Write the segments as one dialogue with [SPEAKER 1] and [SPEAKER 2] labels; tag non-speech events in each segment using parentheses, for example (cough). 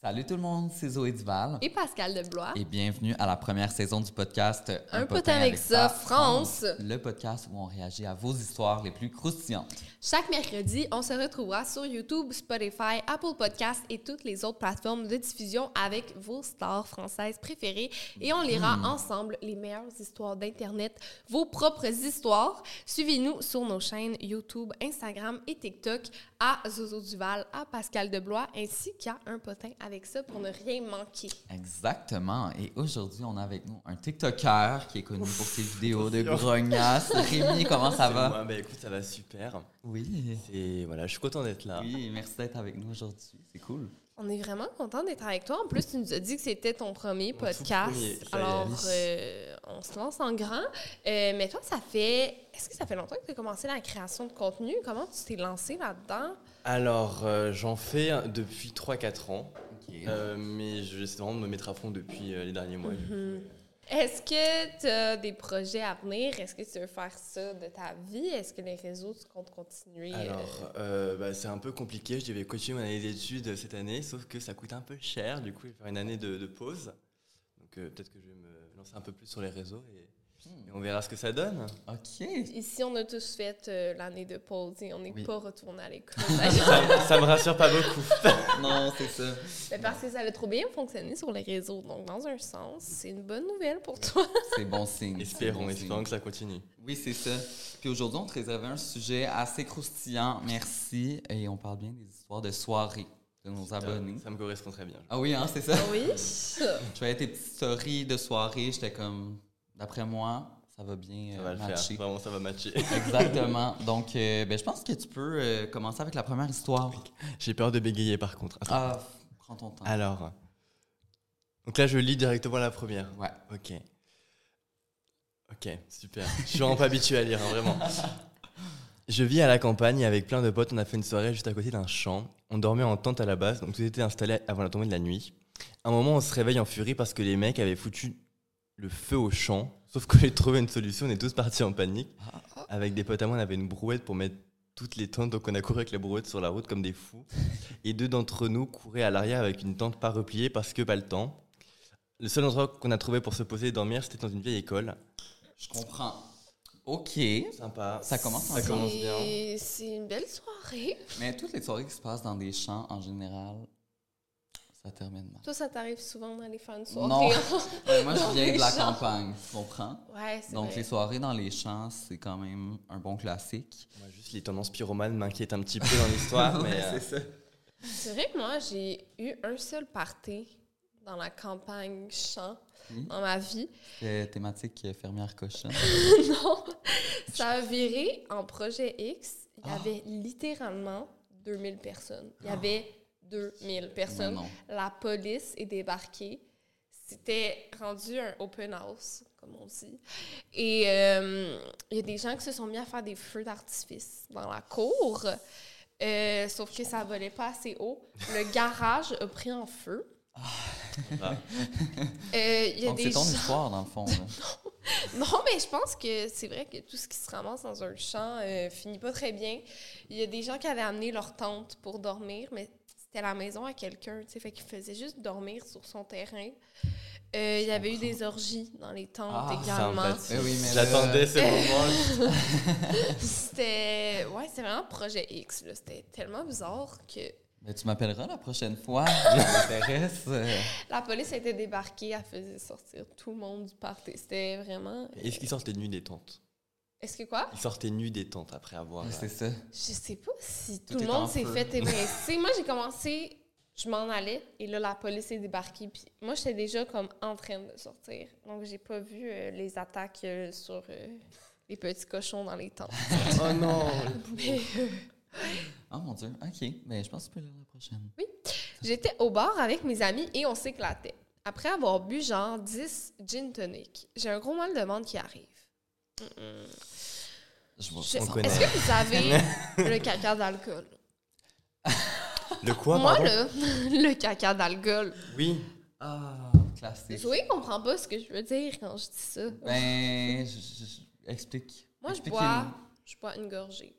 [SPEAKER 1] Salut tout le monde, c'est Zoé Duval.
[SPEAKER 2] Et Pascal Deblois.
[SPEAKER 1] Et bienvenue à la première saison du podcast
[SPEAKER 2] Un, potin avec, ça, France.
[SPEAKER 1] Le podcast où on réagit à vos histoires les plus croustillantes.
[SPEAKER 2] Chaque mercredi, on se retrouvera sur YouTube, Spotify, Apple Podcasts et toutes les autres plateformes de diffusion avec vos stars françaises préférées et on lira ensemble les meilleures histoires d'Internet, vos propres histoires. Suivez-nous sur nos chaînes YouTube, Instagram et TikTok à Zozo Duval, à Pascal Deblois ainsi qu'à Un potin avec ça pour ne rien manquer.
[SPEAKER 1] Exactement. Et aujourd'hui, on a avec nous un TikToker qui est connu pour ses vidéos de grognasse. Rémi, comment ça
[SPEAKER 3] C'est
[SPEAKER 1] va?
[SPEAKER 3] moi. Ben, écoute, ça va super.
[SPEAKER 1] Oui.
[SPEAKER 3] Et voilà, je suis content d'être là.
[SPEAKER 1] Oui, merci d'être avec nous aujourd'hui. C'est cool.
[SPEAKER 2] On est vraiment content d'être avec toi. En plus, tu nous as dit que c'était ton premier
[SPEAKER 3] tout
[SPEAKER 2] podcast.
[SPEAKER 3] premier, ça y est.
[SPEAKER 2] Alors, euh, on se lance en grand. Euh, mais toi, ça fait. Est-ce que ça fait longtemps que tu as commencé la création de contenu? Comment tu t'es lancé là-dedans?
[SPEAKER 3] Alors, euh, j'en fais depuis 3-4 ans,
[SPEAKER 1] OK.
[SPEAKER 3] euh, mais j'essaie vraiment de me mettre à fond depuis euh, les derniers mois. du coup.
[SPEAKER 1] Mhm.
[SPEAKER 2] Est-ce que tu as des projets à venir? Est-ce que tu veux faire ça de ta vie? Est-ce que les réseaux, tu comptes continuer? euh,
[SPEAKER 3] Alors, euh, bah, c'est un peu compliqué. Je devais continuer mon année d'études euh, cette année, sauf que ça coûte un peu cher. Du coup, je vais faire une année de, de pause. Donc, euh, peut-être que je vais me lancer un peu plus sur les réseaux et,
[SPEAKER 1] Hmm.
[SPEAKER 3] et on verra ce que ça donne.
[SPEAKER 1] OK.
[SPEAKER 2] Ici, on a tous fait euh, l'année de pause et on n'est
[SPEAKER 1] Oui.
[SPEAKER 2] pas retourné à l'école.
[SPEAKER 3] ça, ça me rassure pas
[SPEAKER 1] (laughs)
[SPEAKER 3] beaucoup.
[SPEAKER 1] Non, c'est ça.
[SPEAKER 2] Mais parce que ça a trop bien fonctionné sur les réseaux. Donc, dans un sens, c'est une bonne nouvelle pour toi.
[SPEAKER 1] C'est bon signe. C'est
[SPEAKER 3] espérons,
[SPEAKER 1] bon
[SPEAKER 3] espérons
[SPEAKER 1] signe.
[SPEAKER 3] que ça continue.
[SPEAKER 1] Oui, c'est ça. Puis aujourd'hui, on te réservait un sujet assez croustillant. Merci. Et on parle bien des histoires de soirée de nos abonnés.
[SPEAKER 3] Ça me correspond très bien.
[SPEAKER 1] Ah oui, hein, c'est ça.
[SPEAKER 2] oui. (laughs)
[SPEAKER 1] Je voyais tes petites stories de soirée. J'étais comme, d'après moi, ça va bien
[SPEAKER 3] Ça
[SPEAKER 1] euh,
[SPEAKER 3] va le
[SPEAKER 1] matcher.
[SPEAKER 3] faire. Vraiment, ça
[SPEAKER 1] (laughs)
[SPEAKER 3] va matcher.
[SPEAKER 1] Exactement. Donc, euh, ben, je pense que tu peux euh, commencer avec la première histoire.
[SPEAKER 3] J'ai peur de bégayer par contre. Attends.
[SPEAKER 1] Ah, prends ton temps.
[SPEAKER 3] Alors. Donc là, je lis directement la première.
[SPEAKER 1] Ouais.
[SPEAKER 3] Ok. Ok, super. Je suis vraiment pas habitué à lire, hein, vraiment. Je vis à la campagne et avec plein de potes, on a fait une soirée juste à côté d'un champ. On dormait en tente à la base, donc tout était installé avant la tombée de la nuit. À un moment, on se réveille en furie parce que les mecs avaient foutu le feu au champ. Sauf que j'ai trouvé une solution, on est tous partis en panique. Avec des potes à moi, on avait une brouette pour mettre toutes les tentes, donc on a couru avec la brouette sur la route comme des fous. Et deux d'entre nous couraient à l'arrière avec une tente pas repliée parce que pas le temps. Le seul endroit qu'on a trouvé pour se poser et dormir, c'était dans une vieille école.
[SPEAKER 1] Je comprends. OK.
[SPEAKER 3] Sympa.
[SPEAKER 1] Ça commence en
[SPEAKER 3] Ça commence bien.
[SPEAKER 2] Et C'est une belle soirée.
[SPEAKER 1] Mais toutes les soirées qui se passent dans des champs, en général, ça termine mal.
[SPEAKER 2] Toi, ça t'arrive souvent d'aller faire une soirée. (laughs)
[SPEAKER 1] Non. Ouais, Euh, moi,
[SPEAKER 2] Dans
[SPEAKER 1] je viens
[SPEAKER 2] les
[SPEAKER 1] de la
[SPEAKER 2] champs.
[SPEAKER 1] campagne, tu comprends?
[SPEAKER 2] Ouais, c'est
[SPEAKER 1] Donc,
[SPEAKER 2] vrai.
[SPEAKER 1] les soirées dans les champs, c'est quand même un bon classique.
[SPEAKER 3] Moi, Euh, juste les tendances pyromanes m'inquiètent un petit peu dans
[SPEAKER 1] (laughs)
[SPEAKER 3] l'histoire, mais euh,
[SPEAKER 1] ça.
[SPEAKER 2] C'est vrai que moi, j'ai eu un seul party dans la campagne champ
[SPEAKER 1] Mmh.
[SPEAKER 2] dans ma vie.
[SPEAKER 1] Euh, thématique euh, fermière cochon.
[SPEAKER 2] non, ça a viré en projet X.
[SPEAKER 1] Ah.
[SPEAKER 2] Il y avait littéralement 2000 personnes. Il y avait 2000 personnes.
[SPEAKER 1] non.
[SPEAKER 2] La police est débarquée. C'était rendu un open house, comme on dit. Et euh, il y a des gens qui se sont mis à faire des feux d'artifice dans la cour, euh, sauf que ça volait pas assez haut. Le garage a pris en feu. Euh, il y
[SPEAKER 1] Ah.
[SPEAKER 2] a
[SPEAKER 1] Donc,
[SPEAKER 2] des
[SPEAKER 1] c'est ton
[SPEAKER 2] gens-
[SPEAKER 1] histoire, dans le fond.
[SPEAKER 2] (laughs)
[SPEAKER 1] là.
[SPEAKER 2] Non, mais je pense que c'est vrai que tout ce qui se ramasse dans un champ euh, finit pas très bien. Il y a des gens qui avaient amené leur tente pour dormir, mais c'était la maison à quelqu'un, tu sais, fait qu'il faisait juste dormir sur son terrain. Euh, il y avait eu des orgies dans les tentes
[SPEAKER 1] Ah, ça
[SPEAKER 3] Ça me
[SPEAKER 2] également. (laughs)
[SPEAKER 3] fatigue.
[SPEAKER 1] Eh oui, mais là-
[SPEAKER 3] J'attendais ce moment.
[SPEAKER 2] C'était ouais, c'était vraiment projet X là. C'était tellement bizarre que
[SPEAKER 1] (laughs) Mais tu m'appelleras la prochaine
[SPEAKER 3] (laughs)
[SPEAKER 1] fois. Ça m'intéresse. euh.
[SPEAKER 2] la police était débarquée, elle faisait sortir tout le monde du party. C'était vraiment.
[SPEAKER 3] euh, Est-ce qu'ils sortaient nus des tentes
[SPEAKER 2] Est-ce que quoi?
[SPEAKER 3] Ils sortaient nus des tentes après avoir. euh,
[SPEAKER 1] Ouais, C'est ça.
[SPEAKER 2] Je sais pas si tout,
[SPEAKER 1] Tout
[SPEAKER 2] le
[SPEAKER 1] est en
[SPEAKER 2] monde s'est
[SPEAKER 1] feu. (laughs)
[SPEAKER 2] fait évincer. moi, j'ai commencé, je m'en allais, et là, la police est débarquée. Puis moi, j'étais déjà comme en train de sortir. Donc, j'ai pas vu euh, les attaques euh, sur euh, les petits cochons dans
[SPEAKER 1] (laughs)
[SPEAKER 2] les tentes. (laughs)
[SPEAKER 3] Oh non
[SPEAKER 2] Mais, euh,
[SPEAKER 1] Oh mon Dieu. OK. Mais je pense que tu peux aller la prochaine.
[SPEAKER 2] oui, j'étais au bar avec mes amis et on s'éclatait. Après avoir bu genre 10 gin tonic, j'ai un gros mal de ventre qui arrive. Mm-mm.
[SPEAKER 1] Je vois.
[SPEAKER 2] Je-
[SPEAKER 3] On connaît.
[SPEAKER 2] Est-ce que vous
[SPEAKER 1] (laughs)
[SPEAKER 2] avez le caca d'alcool?
[SPEAKER 3] Le quoi,
[SPEAKER 2] Moi,
[SPEAKER 3] pardon
[SPEAKER 2] là, (laughs) le caca d'alcool,
[SPEAKER 3] Oui.
[SPEAKER 1] Ah, classique.
[SPEAKER 2] Zoé comprend pas ce que je veux dire quand je dis ça.
[SPEAKER 1] Ben, je, je- je- explique.
[SPEAKER 2] moi, je
[SPEAKER 1] Explique
[SPEAKER 2] bois, je bois une gorgée.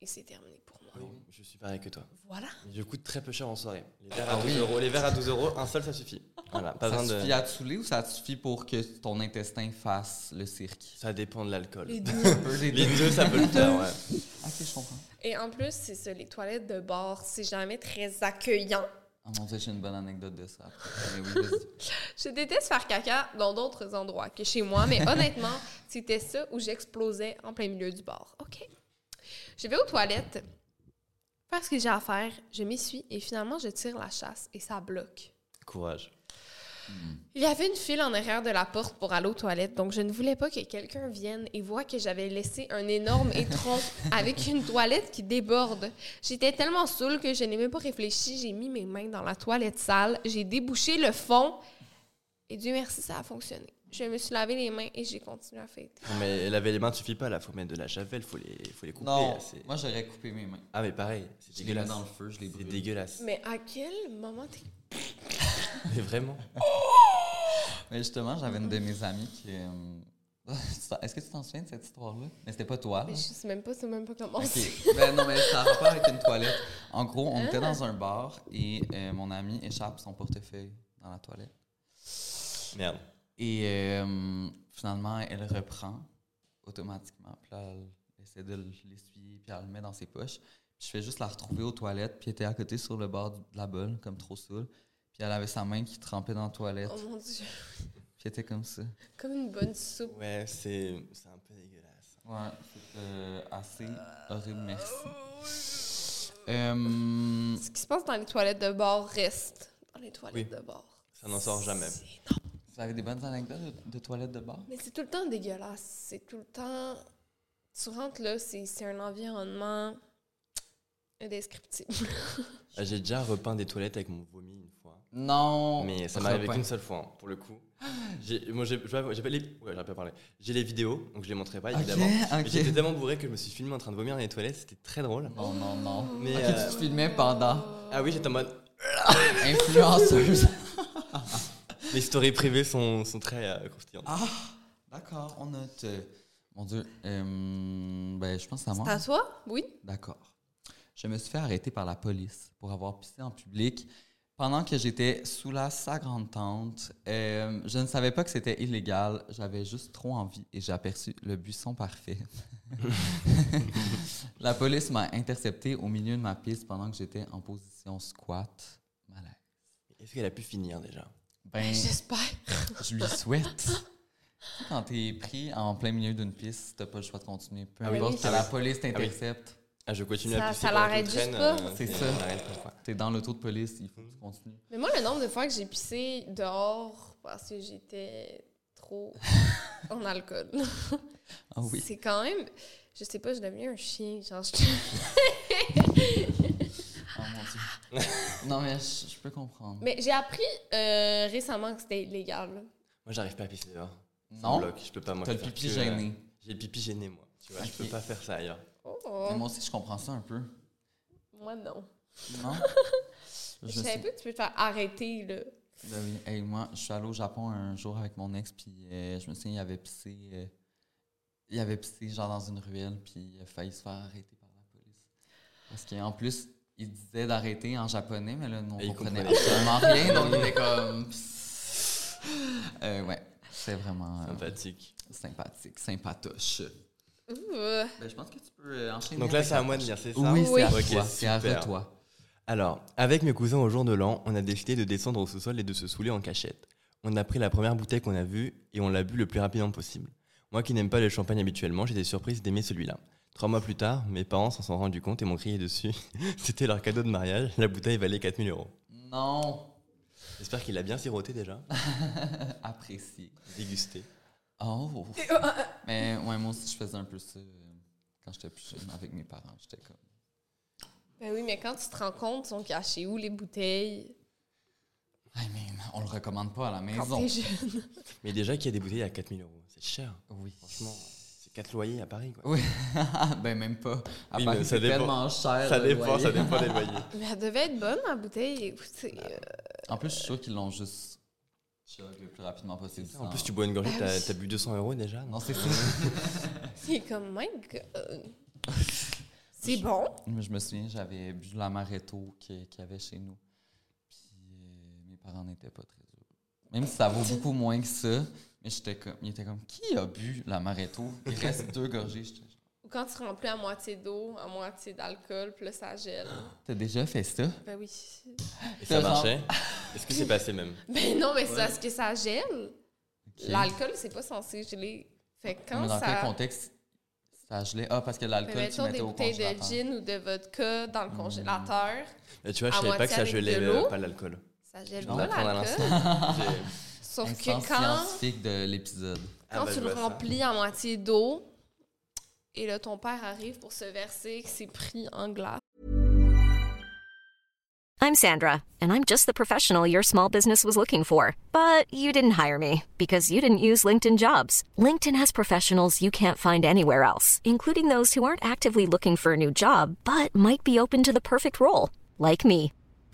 [SPEAKER 2] Et c'est terminé pour moi.
[SPEAKER 3] Je suis pareil que toi.
[SPEAKER 2] Voilà.
[SPEAKER 3] Mais Je coûte très peu cher en soirée. Les verres à 12 euros, les verres à 12 euros, un seul ça suffit. Voilà, pas
[SPEAKER 1] Ah Ça
[SPEAKER 3] besoin de.
[SPEAKER 1] suffit à te saouler ou ça te suffit pour que ton intestin fasse le cirque?
[SPEAKER 3] Ça dépend de l'alcool.
[SPEAKER 2] Les
[SPEAKER 3] Les,
[SPEAKER 2] deux.
[SPEAKER 1] Un peu les
[SPEAKER 3] deux, ça peut le
[SPEAKER 2] (laughs)
[SPEAKER 3] faire, ouais.
[SPEAKER 1] Ah, Ok, je comprends.
[SPEAKER 2] Et en plus, c'est ça, les toilettes de bar, c'est jamais très accueillant.
[SPEAKER 1] Oh mon Dieu, j'ai une bonne anecdote de
[SPEAKER 3] (laughs)
[SPEAKER 1] ça. après. Mais oui, vas-y.
[SPEAKER 2] Je déteste faire caca dans d'autres endroits que chez moi, mais honnêtement, c'était ça où j'explosais en plein milieu du bar. OK. Je vais aux toilettes, faire ce que j'ai à faire, je m'essuie et finalement, je tire la chasse et ça bloque.
[SPEAKER 3] Courage.
[SPEAKER 2] Il y avait une file en arrière de la porte pour aller aux toilettes, donc je ne voulais pas que quelqu'un vienne et voie que j'avais laissé un énorme (laughs) étron avec une toilette qui déborde. J'étais tellement saoule que je n'ai même pas réfléchi. J'ai mis mes mains dans la toilette sale, j'ai débouché le fond et Dieu merci, ça a fonctionné. Je me suis lavé les mains et j'ai continué à fêter.
[SPEAKER 3] Non, mais laver les mains, suffit pas là. Faut mettre de la javel, faut les, faut les couper.
[SPEAKER 1] Non,
[SPEAKER 3] là, c'est-
[SPEAKER 1] moi j'aurais coupé mes mains.
[SPEAKER 3] Ah, mais pareil, c'est
[SPEAKER 1] Je les mets
[SPEAKER 3] dégueulasse.
[SPEAKER 1] dans le feu, je les
[SPEAKER 3] C'est
[SPEAKER 1] brûle.
[SPEAKER 3] dégueulasse.
[SPEAKER 2] Mais à quel moment t'es...
[SPEAKER 1] (laughs)
[SPEAKER 3] Mais vraiment.
[SPEAKER 1] Mais justement, j'avais une de mes amies qui. euh, (laughs) Est-ce que tu t'en souviens de cette histoire-là? Mais c'était pas toi. là.
[SPEAKER 2] Mais Je sais même pas, c'est même pas comment c'est.
[SPEAKER 1] OK. Ben non, mais ça a rapport avec une toilette. En gros, on était dans un bar et euh, mon ami échappe son portefeuille dans la toilette.
[SPEAKER 3] Merde.
[SPEAKER 1] Et euh, finalement, elle reprend automatiquement. Puis là, elle essaie de l'essuyer, puis elle le met dans ses poches. Puis je fais juste la retrouver aux toilettes, puis elle était à côté sur le bord de la bolle, comme trop saoule. Puis elle avait sa main qui trempait dans la toilette,
[SPEAKER 2] Oh
[SPEAKER 1] puis
[SPEAKER 2] mon Dieu,
[SPEAKER 1] elle était comme ça.
[SPEAKER 2] comme une bonne soupe.
[SPEAKER 3] Ouais, c'est c'est un peu dégueulasse.
[SPEAKER 1] Ouais, c'est euh, assez horrible, merci. Euh,
[SPEAKER 2] Ce qui se passe dans les toilettes de bar reste dans les toilettes
[SPEAKER 3] Oui. Euh,
[SPEAKER 2] de bar.
[SPEAKER 3] Ça n'en sort jamais.
[SPEAKER 1] vous avez des bonnes anecdotes de, de toilettes de bar?
[SPEAKER 2] Mais c'est tout le temps dégueulasse. C'est tout le temps. Tu rentres là, c'est c'est un environnement indescriptible.
[SPEAKER 3] Ah, J'ai déjà repeint des toilettes avec mon vomi une fois.
[SPEAKER 1] Non!
[SPEAKER 3] Mais ça m'est arrivé qu'une seule fois, hein, pour le coup. J'ai- Moi, j'ai j'ai pas j'ai pas les. Ouais, j'aurais pas parlé. J'ai les vidéos, donc je les montrerai pas, évidemment. Mais
[SPEAKER 1] ok.
[SPEAKER 3] J'étais tellement bourré que je me suis filmé en train de vomir dans les toilettes, c'était très drôle.
[SPEAKER 1] Non, non, non.
[SPEAKER 3] Mais,
[SPEAKER 1] Ok,
[SPEAKER 3] euh,
[SPEAKER 1] tu te filmais pendant
[SPEAKER 3] Ah oui, j'étais en mode.
[SPEAKER 1] influenceuse.
[SPEAKER 3] Les stories privées sont, sont très euh, croustillantes.
[SPEAKER 1] Ah, d'accord, on note. euh, Mon Dieu, euh, ben, je pense à moi.
[SPEAKER 2] À toi? Oui.
[SPEAKER 1] D'accord. Je me suis fait arrêter par la police pour avoir pissé en public pendant que j'étais sous la sa grande tente. Euh, je ne savais pas que c'était illégal. J'avais juste trop envie et j'ai aperçu le buisson parfait. (laughs) la police m'a intercepté au milieu de ma piste pendant que j'étais en position squat. Malaise.
[SPEAKER 3] Est-ce qu'elle a pu finir déjà
[SPEAKER 1] Ben,
[SPEAKER 2] J'espère.
[SPEAKER 1] je lui souhaite. Tu sais, Quand t'es pris en plein milieu d'une piste, t'as pas le choix de continuer. Peu
[SPEAKER 3] Ah oui.
[SPEAKER 1] importe que
[SPEAKER 3] Ah
[SPEAKER 1] la
[SPEAKER 3] oui.
[SPEAKER 1] police t'intercepte,
[SPEAKER 3] Ah, je continue
[SPEAKER 2] Ça-
[SPEAKER 3] à pisser
[SPEAKER 2] ça
[SPEAKER 3] pendant
[SPEAKER 2] l'arrête
[SPEAKER 3] qu'on
[SPEAKER 2] juste
[SPEAKER 3] traîne,
[SPEAKER 2] pas.
[SPEAKER 1] C'est
[SPEAKER 3] ça
[SPEAKER 1] ça.
[SPEAKER 3] l'arrête pas, quoi.
[SPEAKER 1] t'es dans l'auto de police, il faut que tu continues.
[SPEAKER 2] Mais moi, le nombre de fois que j'ai pissé dehors parce que j'étais
[SPEAKER 1] (laughs)
[SPEAKER 2] trop en alcool.
[SPEAKER 1] Ah oui.
[SPEAKER 2] C'est quand même. Je sais pas, je deviens un chien. Genre, je-
[SPEAKER 1] Ah, mon Dieu. non, mais je, je peux comprendre.
[SPEAKER 2] (laughs) Mais j'ai appris euh, récemment que c'était illégal. là.
[SPEAKER 3] Moi, j'arrive pas à pisser dehors. Ça me
[SPEAKER 1] non?
[SPEAKER 3] bloque, Je peux pas, moi.
[SPEAKER 1] T'as le
[SPEAKER 3] faire
[SPEAKER 1] pipi
[SPEAKER 3] que, euh,
[SPEAKER 1] gêné.
[SPEAKER 3] J'ai le pipi gêné, moi. Tu vois, je peux
[SPEAKER 1] Ok.
[SPEAKER 3] pas faire ça ailleurs.
[SPEAKER 2] Oh,
[SPEAKER 1] Mais moi aussi, je comprends ça un peu.
[SPEAKER 2] moi non.
[SPEAKER 3] (laughs)
[SPEAKER 1] Non?
[SPEAKER 2] Je,
[SPEAKER 1] sais.
[SPEAKER 2] savais pas que tu peux te faire arrêter, là.
[SPEAKER 1] Ben oui. Hey, moi, je suis allé au Japon un jour avec mon ex, puis euh, je me souviens, il avait pissé. euh, il avait pissé, genre, dans une ruelle, puis il a failli se faire arrêter par la police. Parce qu'en plus, il disait d'arrêter en japonais, mais là, nous,
[SPEAKER 3] Et
[SPEAKER 1] on
[SPEAKER 3] il
[SPEAKER 1] comprenait
[SPEAKER 3] comprenait
[SPEAKER 1] absolument rien, donc il était
[SPEAKER 3] (laughs)
[SPEAKER 1] comme. Euh, ouais, c'est vraiment euh,
[SPEAKER 3] Sympathique.
[SPEAKER 1] sympathique, sympatoche.
[SPEAKER 2] Ouh.
[SPEAKER 1] Ben, je pense que tu peux euh, enchaîner.
[SPEAKER 3] Donc là,
[SPEAKER 1] avec
[SPEAKER 3] c'est à
[SPEAKER 1] la
[SPEAKER 3] moi de
[SPEAKER 1] prochaine.
[SPEAKER 3] lire, c'est ça
[SPEAKER 1] Oui, c'est à
[SPEAKER 3] Ok,
[SPEAKER 1] toi. C'est à
[SPEAKER 3] super.
[SPEAKER 1] toi.
[SPEAKER 3] Alors, avec mes cousins au jour de l'an, on a décidé de descendre au sous-sol et de se saouler en cachette. On a pris la première bouteille qu'on a vue et on l'a bu le plus rapidement possible. Moi qui n'aime pas le champagne habituellement, j'étais surprise d'aimer celui-là. Trois mois plus tard, mes parents s'en sont rendus compte et m'ont crié dessus. (laughs) C'était leur cadeau de mariage, la bouteille valait 4000 euros.
[SPEAKER 1] Non,
[SPEAKER 3] J'espère qu'il a bien
[SPEAKER 2] (laughs)
[SPEAKER 3] siroté déjà,
[SPEAKER 1] apprécié.
[SPEAKER 3] dégusté.
[SPEAKER 1] Oh!
[SPEAKER 2] euh,
[SPEAKER 1] Mais ouais, moi aussi, je faisais un peu ça euh, quand j'étais plus jeune avec mes parents. J'étais comme.
[SPEAKER 2] Ben oui, mais quand tu te rends compte, ils sont cachés où les bouteilles?
[SPEAKER 1] I mean, on le recommande pas à la
[SPEAKER 2] Quand
[SPEAKER 1] maison.
[SPEAKER 2] t'es jeune.
[SPEAKER 3] Mais déjà qu'il y a des bouteilles à 4000 euros, c'est cher.
[SPEAKER 1] Oui.
[SPEAKER 3] Franchement, c'est 4 loyers à Paris. Quoi.
[SPEAKER 1] Oui. ben, même pas. À
[SPEAKER 3] Oui, mais
[SPEAKER 1] Paris,
[SPEAKER 3] ça
[SPEAKER 1] c'est
[SPEAKER 3] dépend.
[SPEAKER 1] tellement cher.
[SPEAKER 3] Ça
[SPEAKER 1] le
[SPEAKER 3] dépend,
[SPEAKER 1] loyer.
[SPEAKER 3] ça dépend
[SPEAKER 2] (laughs)
[SPEAKER 3] des loyers.
[SPEAKER 2] mais elle devait être bonne, ma bouteille. Écoutez,
[SPEAKER 1] Ah
[SPEAKER 2] euh,
[SPEAKER 1] En plus, je suis sûr qu'ils l'ont juste chug le plus rapidement possible.
[SPEAKER 3] En
[SPEAKER 1] sans-
[SPEAKER 3] plus, tu bois une gorgée,
[SPEAKER 2] Ah
[SPEAKER 3] t'as
[SPEAKER 2] oui.
[SPEAKER 3] t'as bu 200 euros déjà.
[SPEAKER 1] Non,
[SPEAKER 3] Non,
[SPEAKER 1] c'est ça.
[SPEAKER 2] c'est comme, my God.
[SPEAKER 1] (laughs)
[SPEAKER 2] C'est bon.
[SPEAKER 1] Mais je me souviens, j'avais bu de l'amaretto qu'il qu'il y avait chez nous. Puis euh, mes parents n'étaient pas très heureux. Même si ça vaut beaucoup moins que ça, mais j'étais comme, il était comme, qui a bu l'amaretto? Il reste deux gorgées. J'étais genre,
[SPEAKER 2] Ou quand tu remplis à moitié d'eau, à moitié d'alcool, puis là, ça gèle.
[SPEAKER 1] T'as déjà fait ça?
[SPEAKER 2] Ben oui. (laughs)
[SPEAKER 3] Et ça
[SPEAKER 1] Genre-
[SPEAKER 3] marchait Est-ce que c'est passé même
[SPEAKER 2] Ben non, mais c'est parce que ça gèle.
[SPEAKER 1] Ok.
[SPEAKER 2] L'alcool, c'est pas censé geler. Fait que quand
[SPEAKER 1] mais dans quel
[SPEAKER 2] ça...
[SPEAKER 1] contexte ça gelait? Ah, parce que
[SPEAKER 2] Ben,
[SPEAKER 1] l'alcool, tu
[SPEAKER 2] mettons
[SPEAKER 1] mettais
[SPEAKER 2] des
[SPEAKER 1] au
[SPEAKER 2] bouteilles de
[SPEAKER 1] congélateur. Hmm.
[SPEAKER 2] gin ou de vodka dans le congélateur,
[SPEAKER 3] Euh, Tu vois, je
[SPEAKER 2] À
[SPEAKER 3] savais pas que ça
[SPEAKER 2] moitié avec
[SPEAKER 3] gelait
[SPEAKER 2] de
[SPEAKER 3] euh,
[SPEAKER 2] l'eau.
[SPEAKER 3] pas l'alcool.
[SPEAKER 2] ça gèle
[SPEAKER 3] On
[SPEAKER 2] pas
[SPEAKER 3] apprend à
[SPEAKER 2] l'alcool.
[SPEAKER 3] l'instant. (laughs) J'ai-
[SPEAKER 2] Sauf que
[SPEAKER 1] Instance
[SPEAKER 2] quand,
[SPEAKER 1] scientifique de l'épisode.
[SPEAKER 3] Ah
[SPEAKER 2] quand
[SPEAKER 3] bah,
[SPEAKER 2] tu
[SPEAKER 3] je
[SPEAKER 2] le
[SPEAKER 3] vois ça.
[SPEAKER 2] remplis à moitié d'eau, et là, ton père arrive pour se verser, que c'est pris en glace.
[SPEAKER 4] I'm Sandra, and I'm just the professional your small business was looking for. But you didn't hire me because you didn't use LinkedIn jobs. LinkedIn has professionals you can't find anywhere else, including those who aren't actively looking for a new job but might be open to the perfect role, like me.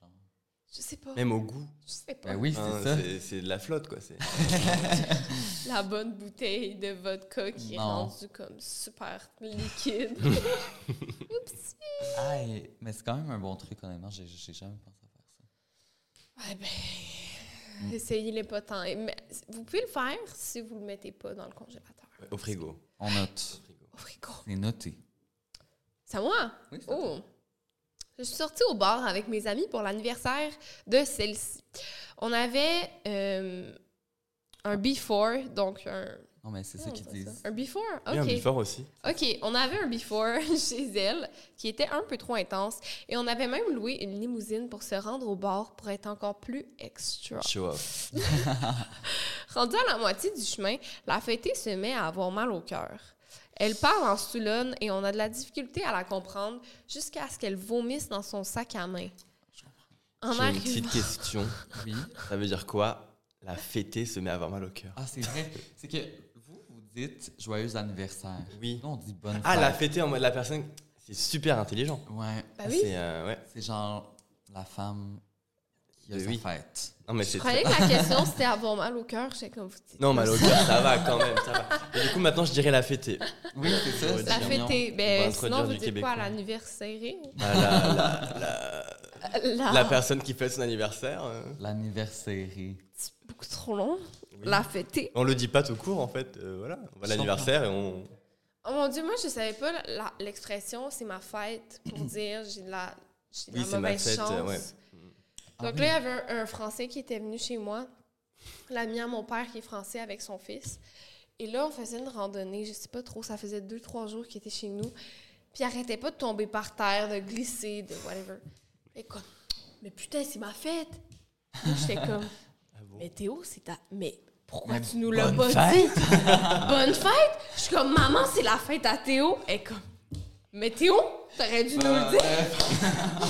[SPEAKER 1] Genre?
[SPEAKER 2] Je sais pas.
[SPEAKER 3] Même au goût.
[SPEAKER 2] Je sais pas.
[SPEAKER 1] Ben oui, c'est
[SPEAKER 3] hein,
[SPEAKER 1] ça.
[SPEAKER 3] c'est- c'est de la flotte, quoi. c'est- euh,
[SPEAKER 2] La bonne bouteille de vodka qui est
[SPEAKER 1] Non.
[SPEAKER 2] rendue comme super
[SPEAKER 1] (laughs)
[SPEAKER 2] liquide. Oups.
[SPEAKER 1] Aïe, mais c'est quand même un bon truc, honnêtement. J'ai j'ai jamais pensé à faire ça.
[SPEAKER 2] Ah ben, essayez-les pas tant. Mais vous pouvez le faire si vous le mettez pas dans le congélateur.
[SPEAKER 3] Au frigo.
[SPEAKER 1] On note.
[SPEAKER 2] Au frigo.
[SPEAKER 1] C'est noté.
[SPEAKER 2] C'est à moi?
[SPEAKER 1] Oui, c'est à
[SPEAKER 2] Oh! Je suis sortie au bar avec mes amis pour l'anniversaire de celle-ci. On avait euh, un before, donc un.
[SPEAKER 1] Non, mais c'est ça
[SPEAKER 2] comment
[SPEAKER 1] qu'ils
[SPEAKER 2] on dit ça?
[SPEAKER 1] disent.
[SPEAKER 2] Un before?
[SPEAKER 3] Et un
[SPEAKER 2] OK.
[SPEAKER 3] bifort aussi.
[SPEAKER 2] OK, on avait un before (laughs) chez elle qui était un peu trop intense et on avait même loué une limousine pour se rendre au bar pour être encore plus extra.
[SPEAKER 3] Show off.
[SPEAKER 2] Rendue à la moitié du chemin, la fêtée se met à avoir mal au cœur. Elle parle en soulonne et on a de la difficulté à la comprendre jusqu'à ce qu'elle vomisse dans son sac à
[SPEAKER 3] (laughs)
[SPEAKER 2] main. En
[SPEAKER 3] J'ai une petite
[SPEAKER 2] arrivant, (laughs)
[SPEAKER 3] question.
[SPEAKER 1] Oui.
[SPEAKER 3] Ça veut dire quoi La fêtée se met à avoir mal au cœur.
[SPEAKER 1] Ah, c'est vrai. c'est que vous, vous dites joyeux anniversaire.
[SPEAKER 3] Oui.
[SPEAKER 1] Nous, on dit bonne
[SPEAKER 3] Ah, la
[SPEAKER 1] fête.
[SPEAKER 3] fêtée en mode la personne. C'est super intelligent.
[SPEAKER 1] Ouais.
[SPEAKER 2] Bah oui.
[SPEAKER 3] C'est euh, ouais.
[SPEAKER 1] C'est genre la femme qui a
[SPEAKER 3] Euh,
[SPEAKER 1] sa
[SPEAKER 3] oui.
[SPEAKER 1] fête.
[SPEAKER 3] Non mais
[SPEAKER 2] je
[SPEAKER 3] c'est (laughs)
[SPEAKER 2] croyais que la question c'était avoir mal au cœur. J'étais comme vous dites.
[SPEAKER 3] Non, mal au cœur, ça va quand même, ça va. Mais du coup, maintenant, je dirais la fêter.
[SPEAKER 1] Oui, c'est ça.
[SPEAKER 2] La
[SPEAKER 3] La
[SPEAKER 1] c'est
[SPEAKER 2] fête
[SPEAKER 1] mignon.
[SPEAKER 2] est.
[SPEAKER 3] On
[SPEAKER 2] Ben,
[SPEAKER 3] va
[SPEAKER 2] sinon,
[SPEAKER 3] introduire
[SPEAKER 2] vous
[SPEAKER 3] du
[SPEAKER 2] dites quoi à
[SPEAKER 3] Québécois.
[SPEAKER 2] l'anniversaire?
[SPEAKER 3] Bah, la, la- la-
[SPEAKER 2] La...
[SPEAKER 3] la personne qui fête son anniversaire. euh,
[SPEAKER 1] L'anniversaire.
[SPEAKER 2] C'est beaucoup trop long.
[SPEAKER 3] oui.
[SPEAKER 2] La fêtée.
[SPEAKER 3] On le dit pas tout court, en fait. euh, voilà. On va à l'anniversaire et on.
[SPEAKER 2] Oh mon Dieu, moi, je savais pas la- la- l'expression c'est ma fête
[SPEAKER 3] (clears throat)
[SPEAKER 2] pour dire j'ai de la, j'ai de
[SPEAKER 3] Oui,
[SPEAKER 2] la
[SPEAKER 3] c'est ma
[SPEAKER 2] mauvaise
[SPEAKER 3] fête,
[SPEAKER 2] chance.
[SPEAKER 3] euh, ouais.
[SPEAKER 2] Donc là, il y avait un, un Français qui était venu chez moi, l'ami à mon père qui est français avec son fils. Et là, on faisait une randonnée, je sais pas trop, ça faisait deux, trois jours qu'il était chez nous. Puis il arrêtait pas de tomber par terre, de glisser, de whatever. Et comme, mais putain, c'est ma fête! Là, j'étais comme, mais Théo, c'est ta. Mais pourquoi tu nous l'as pas
[SPEAKER 1] bonne
[SPEAKER 2] dit? (laughs) bonne fête! Je suis comme, maman, c'est la fête à Théo. Et comme, mais Théo, t'aurais dû nous
[SPEAKER 1] Euh,
[SPEAKER 2] le dire!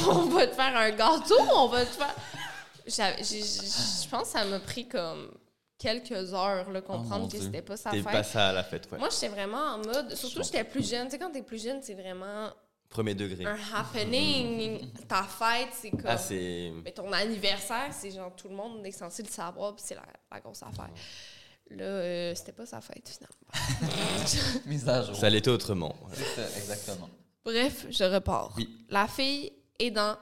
[SPEAKER 2] on va te faire un gâteau, on va te faire. J'avais- j'ai- j'ai- Je pense que ça m'a pris comme quelques heures de comprendre
[SPEAKER 1] mon
[SPEAKER 2] que
[SPEAKER 1] Dieu.
[SPEAKER 2] c'était pas sa
[SPEAKER 3] T'es
[SPEAKER 2] fête.
[SPEAKER 3] pas ça à la fête, ouais.
[SPEAKER 2] Moi, j'étais vraiment en mode. Surtout, j'étais plus jeune. Tu sais, quand t'es plus jeune, c'est vraiment
[SPEAKER 3] Premier degré.
[SPEAKER 2] un happening. Ta fête, c'est comme.
[SPEAKER 3] Ah, c'est.
[SPEAKER 2] Mais ton anniversaire, c'est genre tout le monde est censé le savoir, puis c'est la, la grosse affaire. Là, euh, c'était pas sa fête, finalement.
[SPEAKER 1] Mise à jour.
[SPEAKER 3] Ça l'était autrement. voilà.
[SPEAKER 1] C'est ça, exactement.
[SPEAKER 2] Bref, je repars.
[SPEAKER 1] Oui.
[SPEAKER 2] La fille est dans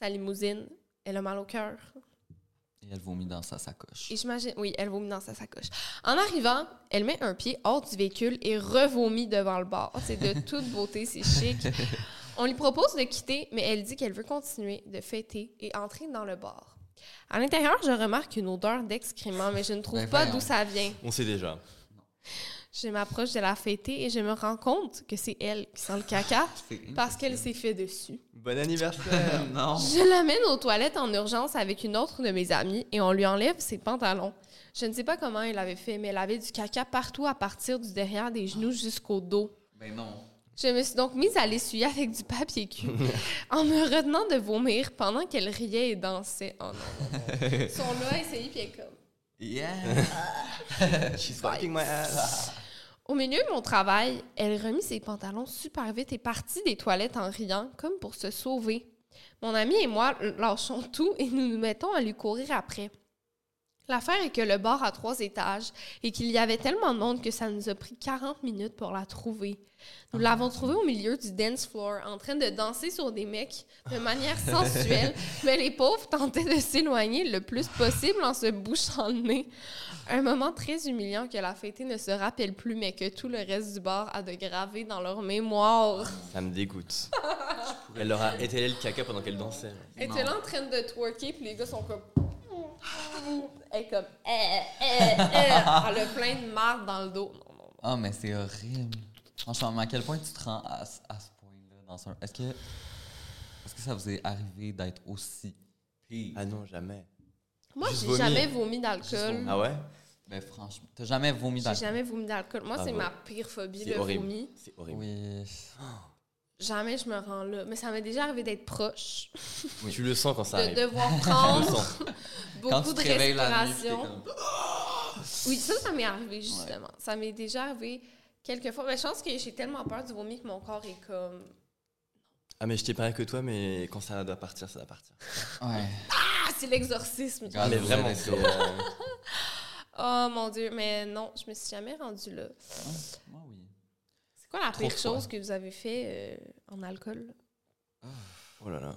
[SPEAKER 2] sa limousine. Elle a mal au cœur.
[SPEAKER 1] Et elle vomit dans sa sacoche.
[SPEAKER 2] Et j'imagine, oui, elle vomit dans sa sacoche. En arrivant, elle met un pied hors du véhicule et revomit devant le bar. C'est
[SPEAKER 1] (laughs)
[SPEAKER 2] de toute beauté, c'est chic. On lui propose de quitter, mais elle dit qu'elle veut continuer de fêter et entrer dans le bar. À l'intérieur, je remarque une odeur d'excréments, mais je ne trouve
[SPEAKER 1] Ben
[SPEAKER 2] pas
[SPEAKER 1] voyons.
[SPEAKER 2] d'où ça vient.
[SPEAKER 3] On sait déjà.
[SPEAKER 2] Je m'approche de la fêtée et je me rends compte que c'est elle qui sent le caca
[SPEAKER 1] (laughs) C'est-
[SPEAKER 2] parce qu'elle s'est fait dessus.
[SPEAKER 3] Bon anniversaire (laughs)
[SPEAKER 1] non.
[SPEAKER 2] Je l'amène aux toilettes en urgence avec une autre de mes amies et on lui enlève ses pantalons. Je ne sais pas comment elle avait fait, mais elle avait du caca partout à partir du derrière des genoux jusqu'au dos.
[SPEAKER 1] Ben non.
[SPEAKER 2] Je me suis donc mise à l'essuyer avec du papier cul en me retenant de vomir pendant qu'elle riait et dansait. Oh non, non, non. Ils sont là, essayés, puis elle est comme...
[SPEAKER 1] Yeah.
[SPEAKER 3] She's fucking my ass.
[SPEAKER 2] Au milieu de mon travail, elle remit ses pantalons super vite et partit des toilettes en riant, comme pour se sauver. Mon ami et moi lâchons tout et nous nous mettons à lui courir après. L'affaire est que le bar a trois étages et qu'il y avait tellement de monde que ça nous a pris 40 minutes pour la trouver. Nous l'avons trouvée au milieu du dance floor, en train de danser sur des mecs de manière sensuelle, mais les pauvres tentaient de s'éloigner le plus possible en se bouchant le nez. Un moment très humiliant que la fêtée ne se rappelle plus, mais que tout le reste du bar a de gravé dans leur mémoire.
[SPEAKER 3] Ça me dégoûte. Elle leur a étalé le caca pendant qu'elle dansait.
[SPEAKER 2] Elle était là en train de twerker, puis les gars sont comme. Elle est comme. Eh, eh, eh. Elle a plein de marde dans le dos. Non, non, non.
[SPEAKER 1] Ah, mais c'est horrible. Franchement, à quel point tu te rends à, ce- à ce point-là dans un. Est-ce que. Est-ce que ça vous est arrivé d'être aussi pire?
[SPEAKER 3] Ah non, jamais.
[SPEAKER 2] Moi,
[SPEAKER 3] Juste
[SPEAKER 2] j'ai
[SPEAKER 3] vomir.
[SPEAKER 2] jamais vomi
[SPEAKER 1] Juste
[SPEAKER 2] d'alcool.
[SPEAKER 1] vomir.
[SPEAKER 3] Ah ouais
[SPEAKER 1] Ben franchement, t'as jamais vomi dans
[SPEAKER 2] J'ai jamais vomi d'alcool.
[SPEAKER 1] Ah
[SPEAKER 2] Moi, c'est
[SPEAKER 3] Bravo.
[SPEAKER 2] ma pire phobie,
[SPEAKER 3] C'est
[SPEAKER 2] le
[SPEAKER 3] horrible.
[SPEAKER 2] vomi.
[SPEAKER 3] C'est horrible.
[SPEAKER 1] Oui.
[SPEAKER 2] Jamais je me rends là. Mais ça m'est déjà arrivé d'être proche,
[SPEAKER 1] Oui.
[SPEAKER 3] Tu le sens quand ça
[SPEAKER 2] de
[SPEAKER 3] arrive.
[SPEAKER 1] (laughs)
[SPEAKER 2] devoir
[SPEAKER 3] Tu le
[SPEAKER 2] prendre
[SPEAKER 3] sens.
[SPEAKER 1] Quand
[SPEAKER 2] (laughs)
[SPEAKER 1] tu
[SPEAKER 2] beaucoup de
[SPEAKER 1] te réveilles la nuit, t'es
[SPEAKER 2] respiration.
[SPEAKER 1] comme-
[SPEAKER 2] (laughs) Oui, ça, ça m'est arrivé, justement. Ça m'est déjà arrivé quelques fois. Mais je pense que j'ai tellement peur du vomi que mon corps est comme...
[SPEAKER 3] Ah mais je t'ai pareil que toi, mais quand ça doit partir, ça doit partir.
[SPEAKER 1] Ouais.
[SPEAKER 2] Ah, c'est l'exorcisme!
[SPEAKER 1] Grave. Ah,
[SPEAKER 3] (laughs) mais
[SPEAKER 1] vous
[SPEAKER 3] vraiment,
[SPEAKER 1] avez
[SPEAKER 3] c'est...
[SPEAKER 1] ça.
[SPEAKER 3] euh,
[SPEAKER 2] Oh, mon Dieu! Mais non, je me suis jamais rendue là.
[SPEAKER 1] Ah, Moi, oui.
[SPEAKER 2] C'est quoi la
[SPEAKER 1] Trop
[SPEAKER 2] pire
[SPEAKER 1] froid.
[SPEAKER 2] chose que vous avez fait euh, en alcool?
[SPEAKER 3] Oh là là.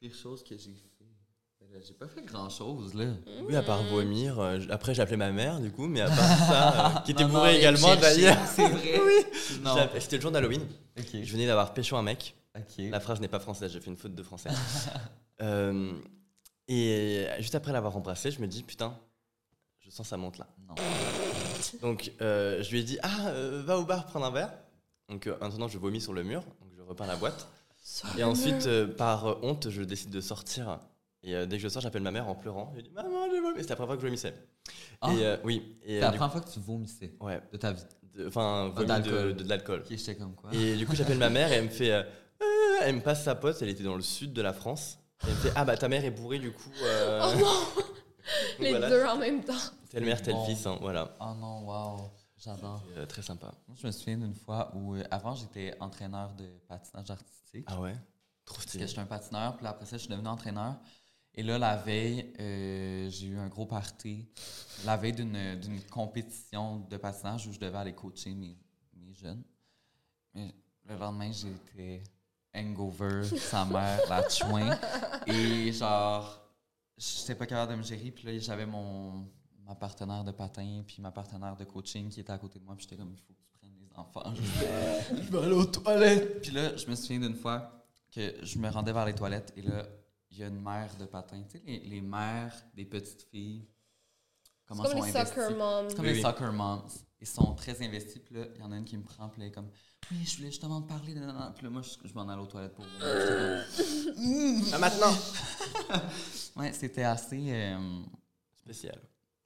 [SPEAKER 1] Pire chose que j'ai fait. Ben là, J'ai pas fait grand chose, là.
[SPEAKER 2] Mm.
[SPEAKER 3] Oui, à part vomir, euh, j- après j'ai appelé ma mère du coup, mais à part ça, euh, qui était
[SPEAKER 1] Maman
[SPEAKER 3] bourrée
[SPEAKER 1] est
[SPEAKER 3] également
[SPEAKER 1] cherchée,
[SPEAKER 3] d'ailleurs.
[SPEAKER 1] C'est vrai.
[SPEAKER 3] (laughs) Oui.
[SPEAKER 1] Non.
[SPEAKER 3] J'app- C'était le jour d'Halloween.
[SPEAKER 1] Ok.
[SPEAKER 3] Je venais d'avoir pêché un mec.
[SPEAKER 1] Ok.
[SPEAKER 3] La phrase n'est pas française, j'ai fait une faute de français. Euh, et juste après l'avoir embrassé, je me dis putain, je sens ça monte là.
[SPEAKER 1] Non.
[SPEAKER 3] Donc euh, je lui ai dit ah euh, va au bar prendre un verre. Donc euh, en attendant je vomis sur le mur, donc je repeins la boîte. Et ensuite euh, par euh, honte je décide de sortir. Et euh, dès que je sors j'appelle ma mère en pleurant. Je lui dis maman j'ai vomi. C'était la première fois que je vomissais.
[SPEAKER 1] Ah.
[SPEAKER 3] Et euh, oui. Et
[SPEAKER 1] C'est
[SPEAKER 3] euh,
[SPEAKER 1] la
[SPEAKER 3] du
[SPEAKER 1] première fois que tu vomissais
[SPEAKER 3] coup- ouais.
[SPEAKER 1] de ta vie.
[SPEAKER 3] de- Enfin vomi de,
[SPEAKER 1] d'alcool.
[SPEAKER 3] de- de l'alcool.
[SPEAKER 1] Ok, j'étais comme quoi.
[SPEAKER 3] Et du coup, (laughs) j'appelle ma mère et elle me fait. euh, Euh, elle me passe sa pote, elle était dans le sud de la France. Elle me fait Ah bah ta mère est bourrée du coup. euh,
[SPEAKER 2] (laughs) Oh non!
[SPEAKER 3] donc
[SPEAKER 2] (laughs) Les
[SPEAKER 3] voilà,
[SPEAKER 2] deux en même temps.
[SPEAKER 3] Telle mère, tel
[SPEAKER 1] Bon.
[SPEAKER 3] fils, hein, voilà.
[SPEAKER 1] Oh non, wow. J'adore.
[SPEAKER 3] Euh, très sympa.
[SPEAKER 1] Moi, je me souviens d'une fois où, euh, avant, j'étais entraîneur de patinage artistique.
[SPEAKER 3] Ah ouais Trop
[SPEAKER 1] Parce que
[SPEAKER 3] stylé.
[SPEAKER 1] j'étais un patineur, puis là, après ça, je suis devenu entraîneur. Et là, la veille, euh, j'ai eu un gros party. La veille d'une d'une compétition de patinage où je devais aller coacher mes, mes jeunes. Mais le lendemain, j'étais hangover, sa mère, la chouin. Et genre, j'étais pas capable de me gérer. Puis là, j'avais mon ma partenaire de patin, puis ma partenaire de coaching qui était à côté de moi. Puis j'étais comme, il faut que tu prennes les enfants. Je vais aller aux toilettes. Puis là, je me souviens d'une fois que je me rendais vers les toilettes et là, il y a une mère de patin. Tu sais, les, les mères des petites filles. Comment
[SPEAKER 2] C'est comme
[SPEAKER 1] sont
[SPEAKER 2] les
[SPEAKER 1] investies.
[SPEAKER 2] soccer moms.
[SPEAKER 1] C'est comme
[SPEAKER 3] Oui,
[SPEAKER 1] les
[SPEAKER 3] oui.
[SPEAKER 1] soccer moms. Ils sont très investis. Puis là, il y en a une qui me prend. Puis là, elle est comme Oui, je voulais justement te parler. nanana. Puis là, moi, je, je m'en allais aux toilettes pour. vous.
[SPEAKER 3] Ah, maintenant
[SPEAKER 1] ouais, c'était assez. euh,
[SPEAKER 3] Spécial.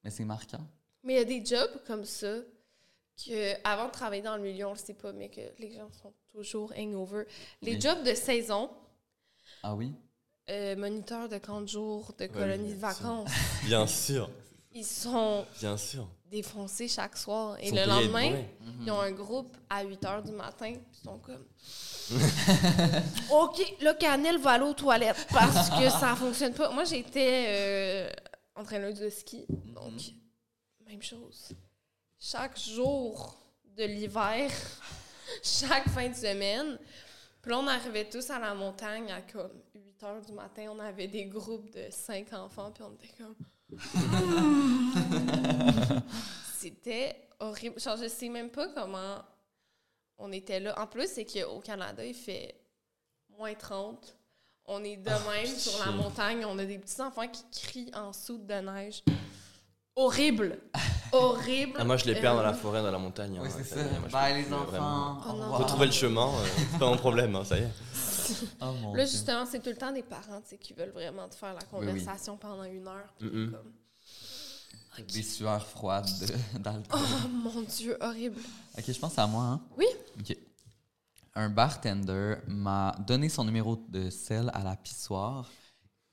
[SPEAKER 1] mais c'est marquant.
[SPEAKER 2] Mais il y a des jobs comme ça que avant de travailler dans le milieu, on le sait pas, mais que les gens sont toujours hangover. Les
[SPEAKER 1] Oui.
[SPEAKER 2] jobs de saison,
[SPEAKER 1] Ah oui?
[SPEAKER 2] euh, moniteur de camp de jour, de colonie
[SPEAKER 3] oui,
[SPEAKER 2] de
[SPEAKER 3] bien
[SPEAKER 2] vacances,
[SPEAKER 3] Bien sûr,
[SPEAKER 2] ils sont
[SPEAKER 3] bien sûr.
[SPEAKER 2] défoncés chaque soir. Et
[SPEAKER 3] Ils sont
[SPEAKER 2] le
[SPEAKER 3] payés à être
[SPEAKER 2] lendemain,
[SPEAKER 3] bourrés.
[SPEAKER 2] ils ont un groupe à 8 h du matin, puis ils sont comme. OK, là, Canel va aller aux toilettes parce que ça fonctionne pas. Moi, j'étais euh, entraîneuse de ski, donc même chose. Chaque jour de l'hiver, (laughs) chaque fin de semaine, puis là, on arrivait tous à la montagne à comme 8 h du matin. On avait des groupes de 5 enfants, puis on était comme. C'était horrible. Genre, je sais même pas comment on était là. En plus, c'est qu'au Canada, il fait moins 30. On est de même sur la
[SPEAKER 3] shit.
[SPEAKER 2] montagne. On a des petits enfants qui crient en soude de neige. Horrible! Horrible!
[SPEAKER 3] Ah, moi, je les perds dans la
[SPEAKER 2] Euh,
[SPEAKER 3] forêt, dans la montagne. hein,
[SPEAKER 1] oui, c'est ça. Bah,
[SPEAKER 3] y est, moi, je
[SPEAKER 1] Bye,
[SPEAKER 3] peux
[SPEAKER 1] les
[SPEAKER 3] plus, vraiment.
[SPEAKER 1] enfants.
[SPEAKER 2] Oh non.
[SPEAKER 1] Au revoir.
[SPEAKER 3] Retrouver le chemin, euh, c'est pas mon problème, hein, ça y est.
[SPEAKER 1] Oh mon
[SPEAKER 2] Là,
[SPEAKER 1] Dieu.
[SPEAKER 2] justement, c'est tout le temps des parents tu sais, qui veulent vraiment te faire la conversation pendant une heure. puis
[SPEAKER 3] Mm-mm.
[SPEAKER 2] comme,
[SPEAKER 1] Des sueurs froides de- d'alcool.
[SPEAKER 2] oh mon Dieu, horrible.
[SPEAKER 1] Ok, je pense à moi. Hein?
[SPEAKER 2] Oui.
[SPEAKER 1] Ok. Un bartender m'a donné son numéro de sel à la pissoire.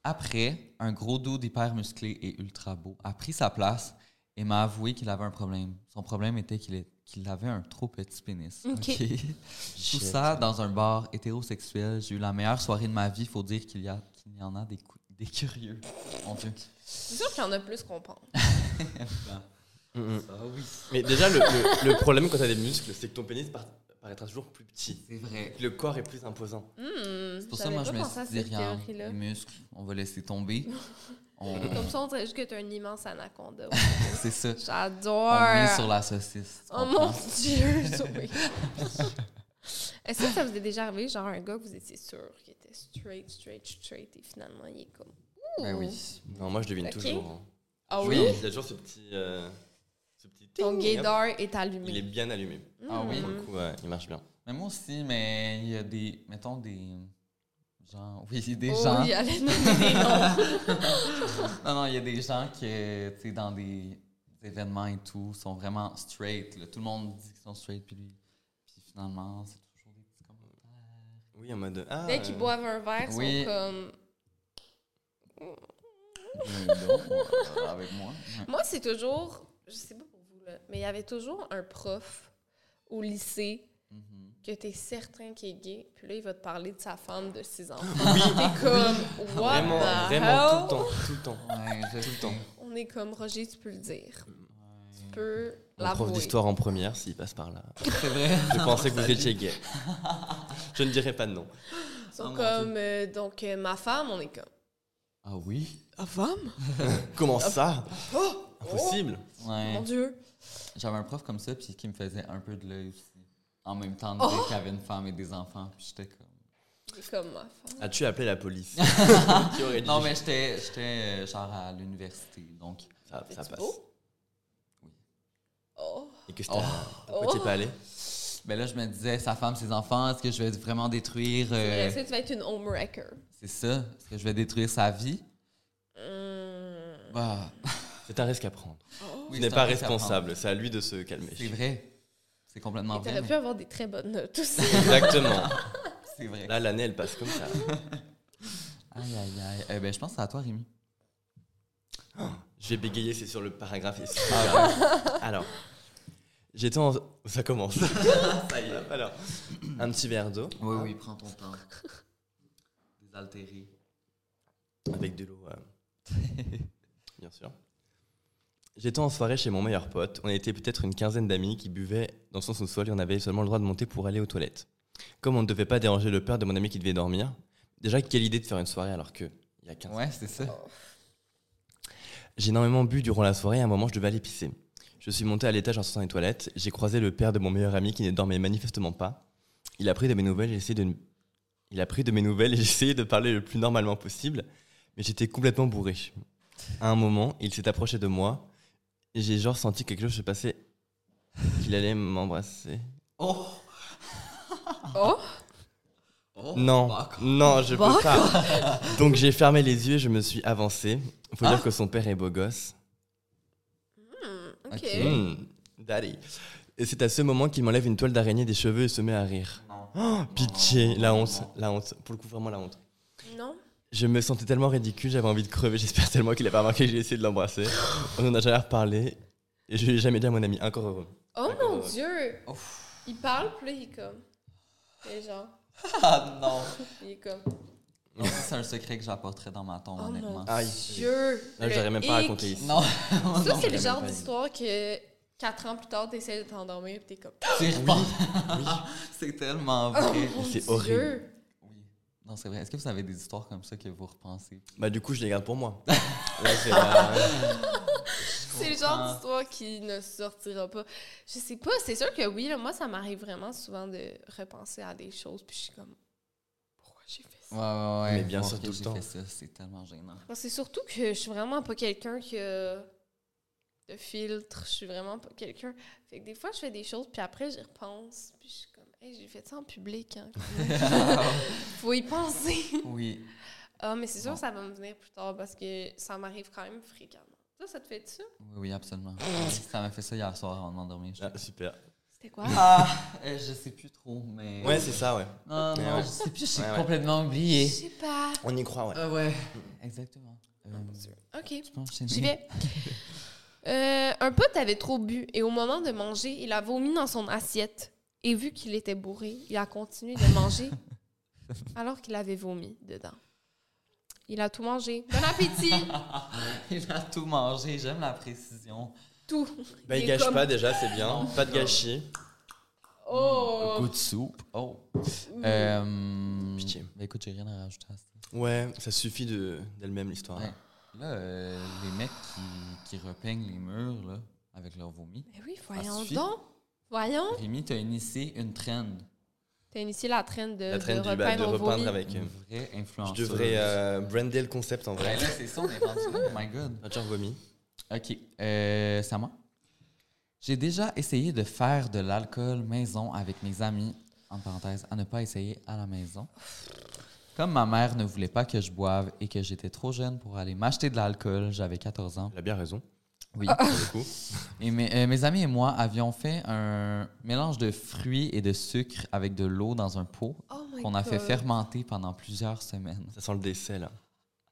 [SPEAKER 1] Après, un gros dos d'hyper musclé et ultra beau a pris sa place et m'a avoué qu'il avait un problème. Son problème était qu'il est- qu'il avait un trop petit pénis.
[SPEAKER 2] Ok.
[SPEAKER 1] (laughs) Tout ça dans un bar hétérosexuel. J'ai eu la meilleure soirée de ma vie. Faut dire qu'il y, a- qu'il y en a des, cou- des curieux. Mon Dieu.
[SPEAKER 2] C'est sûr qu'il y en a plus qu'on pense.
[SPEAKER 1] Ah oui.
[SPEAKER 3] Mais déjà, le, le- le problème quand t'as des muscles, c'est que ton pénis par- paraîtra toujours plus petit.
[SPEAKER 1] C'est vrai.
[SPEAKER 3] Le corps est plus imposant.
[SPEAKER 2] Hmm,
[SPEAKER 1] C'est pour ça,
[SPEAKER 2] j'avais
[SPEAKER 1] moi,
[SPEAKER 2] pas
[SPEAKER 1] je me
[SPEAKER 2] pensé à
[SPEAKER 1] suis dit,
[SPEAKER 2] cette
[SPEAKER 1] rien,
[SPEAKER 2] théorie-là.
[SPEAKER 1] muscle, on va laisser tomber. On-
[SPEAKER 2] Comme ça, on dirait juste que t'es un
[SPEAKER 1] (laughs)
[SPEAKER 2] immense anaconda.
[SPEAKER 1] C'est ça.
[SPEAKER 2] J'adore.
[SPEAKER 1] On est sur la saucisse. tu
[SPEAKER 2] Oh mon
[SPEAKER 1] comprends? (laughs)
[SPEAKER 2] Dieu, Zoé. Est-ce que ça vous est déjà arrivé, genre un gars que vous étiez sûr qui était straight, straight, straight, et finalement il est comme.
[SPEAKER 1] Ben oui.
[SPEAKER 3] Mmh. Non, moi, je devine
[SPEAKER 2] Ah Ok.
[SPEAKER 3] toujours. hein.
[SPEAKER 2] Ah
[SPEAKER 3] Je
[SPEAKER 2] oui?
[SPEAKER 3] devine, Il y a toujours ce petit. euh, ce petit
[SPEAKER 2] Ton
[SPEAKER 3] ting, hop,
[SPEAKER 2] gaydar est
[SPEAKER 3] Il est
[SPEAKER 2] allumé.
[SPEAKER 3] bien allumé.
[SPEAKER 1] Ah oui.
[SPEAKER 3] Pour
[SPEAKER 2] Mmh.
[SPEAKER 3] le coup, ouais, il marche bien.
[SPEAKER 1] Mais moi aussi, mais il y a des. Mettons des. Gens. Oui, il y a des
[SPEAKER 2] Oh,
[SPEAKER 1] gens.
[SPEAKER 2] il allait nommer des noms.
[SPEAKER 1] Non, non, il y a des gens qui, euh, tu sais, dans des événements et tout, sont vraiment straight. là. Tout le monde dit qu'ils sont straight, puis lui. Puis finalement, c'est toujours des petits commentaires.
[SPEAKER 3] Oui, en mode. Ah,
[SPEAKER 2] Dès qu'ils
[SPEAKER 3] euh,
[SPEAKER 2] boivent un verre, ils
[SPEAKER 1] Oui.
[SPEAKER 2] sont comme.
[SPEAKER 1] Mais non, euh, avec moi.
[SPEAKER 2] Moi, c'est toujours, je sais pas pour vous, là, mais il y avait toujours un prof au lycée
[SPEAKER 1] Mhm.
[SPEAKER 3] Mm-hmm.
[SPEAKER 2] que t'es certain qu'il est gay, puis là, il va te parler de sa femme de
[SPEAKER 3] (laughs)
[SPEAKER 2] 6 enfants. T'es comme, what
[SPEAKER 3] Vraiment,
[SPEAKER 2] the
[SPEAKER 3] vraiment,
[SPEAKER 2] hell?
[SPEAKER 3] tout le temps. Tout le temps.
[SPEAKER 1] Ouais, je tout le temps.
[SPEAKER 2] On est comme, Roger, tu peux le dire. Tu peux
[SPEAKER 3] Mon prof
[SPEAKER 2] l'avouer.
[SPEAKER 3] d'histoire en première, s'il passe par
[SPEAKER 2] (laughs)
[SPEAKER 3] là.
[SPEAKER 1] C'est vrai.
[SPEAKER 3] Je pensais que vous étiez gay. Je ne dirais pas de nom.
[SPEAKER 2] Ils
[SPEAKER 3] Ah,
[SPEAKER 2] sont
[SPEAKER 1] Oh mon
[SPEAKER 2] comme, euh, donc, euh, ma femme, on est comme,
[SPEAKER 1] Ah oui?
[SPEAKER 2] ma femme?
[SPEAKER 3] Comment ça
[SPEAKER 2] Oh.
[SPEAKER 3] Impossible.
[SPEAKER 1] Ouais.
[SPEAKER 2] Mon Dieu!
[SPEAKER 1] J'avais un prof comme ça, puis qui me faisait un peu de l'œil aussi. En même temps, de
[SPEAKER 2] Oh!
[SPEAKER 1] dire qu'il avait une femme et des enfants, puis j'étais comme.
[SPEAKER 2] C'est comme ma femme.
[SPEAKER 3] As-tu appelé
[SPEAKER 1] (laughs)
[SPEAKER 3] la police Qui aurait dit
[SPEAKER 1] Non, mais j'étais, j'étais euh, genre à l'université, donc.
[SPEAKER 3] ça, ah, ça
[SPEAKER 2] C'est
[SPEAKER 3] passe.
[SPEAKER 2] beau? Oh!
[SPEAKER 3] Et que c'était- Pourquoi t'es pas allé
[SPEAKER 1] Ben là, je me disais, sa femme, ses enfants, est-ce que je vais vraiment détruire. euh,
[SPEAKER 2] Est-ce que tu vas être une homewrecker?
[SPEAKER 1] c'est ça? Est-ce que je vais détruire sa vie?
[SPEAKER 2] Hum,
[SPEAKER 1] Bah.
[SPEAKER 3] C'est un risque à prendre.
[SPEAKER 2] Oh.
[SPEAKER 1] oui,
[SPEAKER 3] Tu n'es
[SPEAKER 1] c'est
[SPEAKER 3] pas
[SPEAKER 1] un risque à
[SPEAKER 3] responsable. C'est à lui de se calmer.
[SPEAKER 1] prendre. C'est vrai. C'est complètement vrai.
[SPEAKER 2] T'aurais pu
[SPEAKER 1] mais
[SPEAKER 2] avoir des très bonnes notes aussi.
[SPEAKER 3] (laughs) Exactement.
[SPEAKER 1] (laughs) C'est vrai.
[SPEAKER 3] Là, l'année, elle passe comme ça.
[SPEAKER 1] Aïe, aïe, aïe. Eh ben, je pense que c'est à toi, Rémi.
[SPEAKER 3] Je vais bégayer, c'est sur le paragraphe ici.
[SPEAKER 1] Ah
[SPEAKER 3] Voilà. (laughs) Alors, j'étais en...
[SPEAKER 1] (laughs)
[SPEAKER 3] Ça commence. ça y est. Alors, un petit verre d'eau.
[SPEAKER 1] Oui, oui, prends ton temps. Désaltéré.
[SPEAKER 3] Avec de l'eau, euh, bien sûr. J'étais en soirée chez mon meilleur pote. On était peut-être une quinzaine d'amis qui buvaient dans son sous-sol et on avait seulement le droit de monter pour aller aux toilettes. Comme on ne devait pas déranger le père de mon ami qui devait dormir, déjà, quelle idée de faire une soirée alors que il y a 15
[SPEAKER 1] Ouais, c'est ça.
[SPEAKER 3] J'ai énormément bu durant la soirée et à un moment, je devais aller pisser. Je suis monté à l'étage en sortant des toilettes. J'ai croisé le père de mon meilleur ami qui ne dormait manifestement pas. Il a pris de mes nouvelles et essayé de... Il a pris de mes nouvelles et j'ai essayé de parler le plus normalement possible, mais j'étais complètement bourré. À un moment, il s'est approché de moi et j'ai genre senti quelque chose se passer, qu'il allait m'embrasser.
[SPEAKER 1] Oh!
[SPEAKER 2] Oh!
[SPEAKER 1] Oh,
[SPEAKER 3] Non,
[SPEAKER 1] bah, encore.
[SPEAKER 3] non, je peux pas. Donc j'ai fermé les yeux et je me suis avancé. Faut
[SPEAKER 1] Ah.
[SPEAKER 3] dire que son père est beau gosse.
[SPEAKER 2] OK. Hmm.
[SPEAKER 1] Ok.
[SPEAKER 3] Mm, daddy. Et c'est à ce moment qu'il m'enlève une toile d'araignée des cheveux et se met à rire. Oh, pitié, la honte, la honte. Pour le coup, vraiment la honte.
[SPEAKER 2] Non?
[SPEAKER 3] Je me sentais tellement ridicule, j'avais envie de crever. (laughs) J'espère tellement qu'il a pas remarqué que j'ai essayé de l'embrasser. On en a jamais reparlé. Et je l'ai jamais dit à mon ami, encore heureux.
[SPEAKER 2] Oh mon Dieu!
[SPEAKER 1] Oh.
[SPEAKER 2] Il parle, puis là, il est comme. Et genre,
[SPEAKER 1] Ah non!
[SPEAKER 2] il est comme.
[SPEAKER 1] Non, ça, c'est un secret que j'apporterai dans ma tombe,
[SPEAKER 2] Oh
[SPEAKER 1] honnêtement.
[SPEAKER 2] mon
[SPEAKER 3] Aïe.
[SPEAKER 2] Dieu!
[SPEAKER 3] Là,
[SPEAKER 2] le
[SPEAKER 3] j'aurais même pas
[SPEAKER 2] hic.
[SPEAKER 3] raconté ici.
[SPEAKER 1] Non,
[SPEAKER 2] Ça, c'est le
[SPEAKER 3] j'aurais
[SPEAKER 2] genre
[SPEAKER 3] même pas
[SPEAKER 2] d'histoire que quatre ans plus tard, t'essayes de t'endormir, puis t'es comme. oh,
[SPEAKER 1] c'est oui. (laughs) C'est tellement vrai.
[SPEAKER 2] Mon
[SPEAKER 3] c'est
[SPEAKER 2] Dieu. (laughs)
[SPEAKER 3] horrible.
[SPEAKER 1] Oui. Non, c'est vrai. Est-ce que vous avez des histoires comme ça que vous repensez?
[SPEAKER 3] Bah, du coup, je les garde pour (laughs) moi. Là, c'est la-
[SPEAKER 2] C'est le genre d'histoire qui ne sortira pas. Je sais pas, c'est sûr que oui, là, moi, ça m'arrive vraiment souvent de repenser à des choses, puis je suis comme, pourquoi j'ai fait ça?
[SPEAKER 1] Ouais, ouais, ouais.
[SPEAKER 3] Mais bien
[SPEAKER 1] Voir
[SPEAKER 3] sûr,
[SPEAKER 1] que
[SPEAKER 3] tout le
[SPEAKER 1] j'ai
[SPEAKER 3] temps.
[SPEAKER 1] fait ça, c'est tellement gênant. (laughs)
[SPEAKER 2] Bon, C'est surtout que je suis vraiment pas quelqu'un qui a de filtre, je suis vraiment pas quelqu'un. Fait que des fois, je fais des choses, puis après, j'y repense, puis je suis comme, hey, j'ai fait ça en public, hein. Faut y (laughs) penser.
[SPEAKER 1] Oui.
[SPEAKER 2] Ah, mais c'est sûr, ça va me venir plus tard, parce que ça m'arrive quand même fréquemment. Ça, ça te fait ça?
[SPEAKER 1] Oui, oui, (laughs) absolument. ça m'a fait ça hier soir avant de m'endormir.
[SPEAKER 3] Ah, super.
[SPEAKER 2] C'était quoi?
[SPEAKER 1] Ah, euh, je sais plus trop, mais.
[SPEAKER 3] Ouais, c'est ça, ouais.
[SPEAKER 1] Non, non,
[SPEAKER 3] ouais.
[SPEAKER 1] je sais plus, j'ai
[SPEAKER 3] Ouais, ouais.
[SPEAKER 1] complètement
[SPEAKER 2] Je
[SPEAKER 1] oublié.
[SPEAKER 2] sais pas.
[SPEAKER 3] On y croit, ouais.
[SPEAKER 2] Euh,
[SPEAKER 1] Ah ouais.
[SPEAKER 3] Mm.
[SPEAKER 1] Exactement. Euh,
[SPEAKER 3] Ah,
[SPEAKER 2] OK.
[SPEAKER 1] je pense que (laughs)
[SPEAKER 2] J'y (laughs) vais. Euh, un pote avait trop bu et au moment de manger, il a vomi dans son assiette. Et vu qu'il était bourré, il a continué de (laughs) manger alors qu'il avait vomi dedans. Il a tout mangé. Bon (laughs) appétit!
[SPEAKER 1] Il a tout mangé, j'aime la précision.
[SPEAKER 2] Tout.
[SPEAKER 3] Bah, il
[SPEAKER 2] est
[SPEAKER 3] gâche
[SPEAKER 2] comme-
[SPEAKER 3] pas déjà, c'est bien. Pas de gâchis.
[SPEAKER 2] Oh!
[SPEAKER 1] Goût de soupe. Oh. Euh,
[SPEAKER 3] Pitié.
[SPEAKER 1] ben écoute, j'ai rien à rajouter à ça.
[SPEAKER 3] Ouais, ça suffit de- d'elle-même l'histoire.
[SPEAKER 1] Ouais. Là, euh, les mecs qui, qui repeignent les murs là, avec leur vomi.
[SPEAKER 2] Mais oui, voyons
[SPEAKER 1] suffit.
[SPEAKER 2] donc. Voyons.
[SPEAKER 1] Rémi, t'as initié une trend.
[SPEAKER 2] T'as initié la traîne de,
[SPEAKER 3] La traîne
[SPEAKER 2] de
[SPEAKER 3] du bah, de
[SPEAKER 2] repeindre au vomi.
[SPEAKER 3] repeindre avec. euh,
[SPEAKER 1] Une vraie
[SPEAKER 3] Je
[SPEAKER 1] influenceuse.
[SPEAKER 3] devrais euh, brander le concept en
[SPEAKER 1] Ouais,
[SPEAKER 3] vrai.
[SPEAKER 1] Ben là, c'est ça, on est rendu là. Oh my god.
[SPEAKER 3] Ah, Genre vomi.
[SPEAKER 1] OK. Euh, c'est à moi? J'ai déjà essayé de faire de l'alcool maison avec mes amis, en parenthèse, à ne pas essayer à la maison. Comme ma mère ne voulait pas que je boive et que j'étais trop jeune pour aller m'acheter de l'alcool, j'avais 14 ans.
[SPEAKER 3] Il a bien raison.
[SPEAKER 1] Oui.
[SPEAKER 3] Pour le coup.
[SPEAKER 1] (laughs) Et mes, euh, mes amis et moi avions fait un mélange de fruits et de sucre avec de l'eau dans un pot
[SPEAKER 2] Oh my
[SPEAKER 1] qu'on a fait
[SPEAKER 2] God.
[SPEAKER 1] fermenter pendant plusieurs semaines.
[SPEAKER 3] Ça sent le décès là.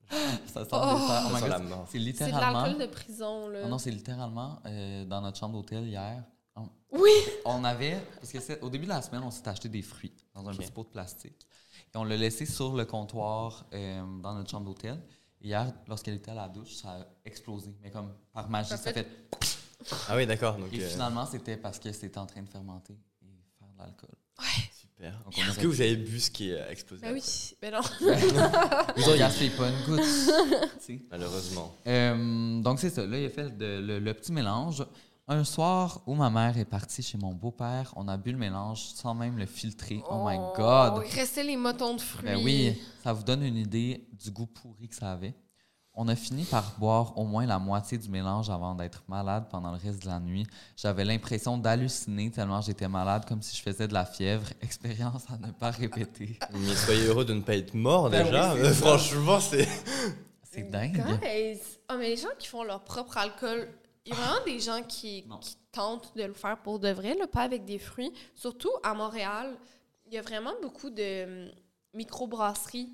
[SPEAKER 1] Ça sent le dessert. Oh
[SPEAKER 3] Ça
[SPEAKER 1] my
[SPEAKER 3] sent
[SPEAKER 1] God,
[SPEAKER 3] la mort.
[SPEAKER 1] C'est
[SPEAKER 2] C'est de
[SPEAKER 1] littéralement.
[SPEAKER 2] l'alcool euh. de prison, là.
[SPEAKER 1] Oh non, c'est littéralement euh, dans notre chambre d'hôtel hier. On,
[SPEAKER 2] oui!
[SPEAKER 1] on avait. Parce que c'est- au début de la semaine, on s'est acheté des fruits dans un petit pot de plastique. Et on l'a laissé sur le comptoir euh, dans notre chambre d'hôtel. Et Hier, lorsqu'elle était à la douche, ça a explosé. Mais comme par magie, ça
[SPEAKER 2] Ça
[SPEAKER 1] fait.
[SPEAKER 2] fait-
[SPEAKER 3] Ah oui, d'accord. Donc,
[SPEAKER 1] Et
[SPEAKER 3] euh,
[SPEAKER 1] finalement, c'était parce que c'était en train de fermenter et faire de l'alcool.
[SPEAKER 3] super.
[SPEAKER 1] Donc, on
[SPEAKER 3] Est-ce
[SPEAKER 1] aurait-
[SPEAKER 3] que vous avez bu ce qui est explosé
[SPEAKER 2] Ben
[SPEAKER 3] après
[SPEAKER 2] oui, ben non.
[SPEAKER 1] Vous auriez acheté pas une goutte. tu sais.
[SPEAKER 3] Malheureusement.
[SPEAKER 1] Euh, donc, c'est ça. Là, il a fait de- le, le petit mélange. Un soir où ma mère est partie chez mon beau-père, on a bu le mélange sans même le filtrer. Oh, my
[SPEAKER 2] Oh,
[SPEAKER 1] God!
[SPEAKER 2] il restait les motons de fruits.
[SPEAKER 1] Ben oui, ça vous donne une idée du goût pourri que ça avait. On a fini par boire au moins la moitié du mélange avant d'être malade pendant le reste de la nuit. J'avais l'impression d'halluciner tellement j'étais malade, comme si je faisais de la fièvre. (laughs) Expérience à ne pas répéter.
[SPEAKER 3] Mais soyez heureux de ne pas être mort
[SPEAKER 1] Ben
[SPEAKER 3] déjà. Euh,
[SPEAKER 1] oui, c'est ça.
[SPEAKER 3] Franchement, c'est.
[SPEAKER 1] C'est dingue.
[SPEAKER 2] Guys! Ah, mais les gens qui font leur propre alcool, il y a vraiment des gens qui,
[SPEAKER 1] Non.
[SPEAKER 2] qui tentent de le faire pour de vrai, là, pas avec des fruits. Surtout à Montréal, il y a vraiment beaucoup de hum, microbrasseries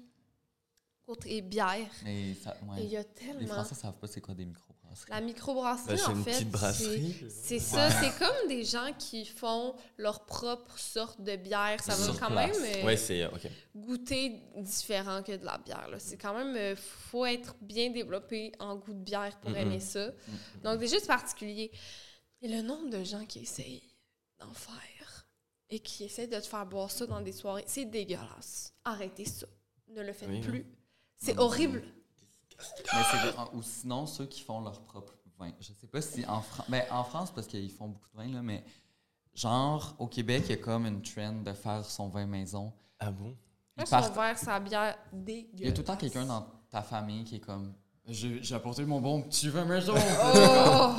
[SPEAKER 2] côté bière.
[SPEAKER 1] Mais ça- ouais.
[SPEAKER 2] Et il y a
[SPEAKER 1] Les
[SPEAKER 2] tellement.
[SPEAKER 1] Français savent pas c'est quoi des micro microbrasserie.
[SPEAKER 2] La microbrasserie,
[SPEAKER 3] Bah, c'est
[SPEAKER 2] en
[SPEAKER 3] une
[SPEAKER 2] fait,
[SPEAKER 3] petite brasserie.
[SPEAKER 2] c'est- c'est ça. C'est comme des gens qui font leur propre sorte de bière. Ça va
[SPEAKER 1] Sur
[SPEAKER 2] quand
[SPEAKER 1] place.
[SPEAKER 2] même euh,
[SPEAKER 3] Ouais, c'est. Ok.
[SPEAKER 2] goûter différent que de la bière. là. C'est quand même... euh, faut être bien développé en goût de bière pour
[SPEAKER 3] Mhm.
[SPEAKER 2] aimer ça. Donc, c'est juste particulier. Et le nombre de gens qui essayent d'en faire et qui essayent de te faire boire ça dans des soirées, c'est dégueulasse. Arrêtez ça. Ne le faites
[SPEAKER 3] Oui,
[SPEAKER 1] hein.
[SPEAKER 3] non.
[SPEAKER 2] plus. C'est horrible.
[SPEAKER 1] Mais c'est des- ou sinon, ceux qui font leur propre vin. Je sais pas si en France. Ben, en France, parce qu'ils font beaucoup de vin, là, mais genre, au Québec, il y a comme une trend de faire son vin maison.
[SPEAKER 3] Ah bon
[SPEAKER 2] Là,
[SPEAKER 1] Par-
[SPEAKER 2] son verre, sa bière dégueulasse.
[SPEAKER 1] Il y a tout le temps quelqu'un dans ta famille qui est comme J'ai j'ai apporté mon bon petit vin
[SPEAKER 2] (laughs)
[SPEAKER 1] maison. (laughs)
[SPEAKER 2] Oh!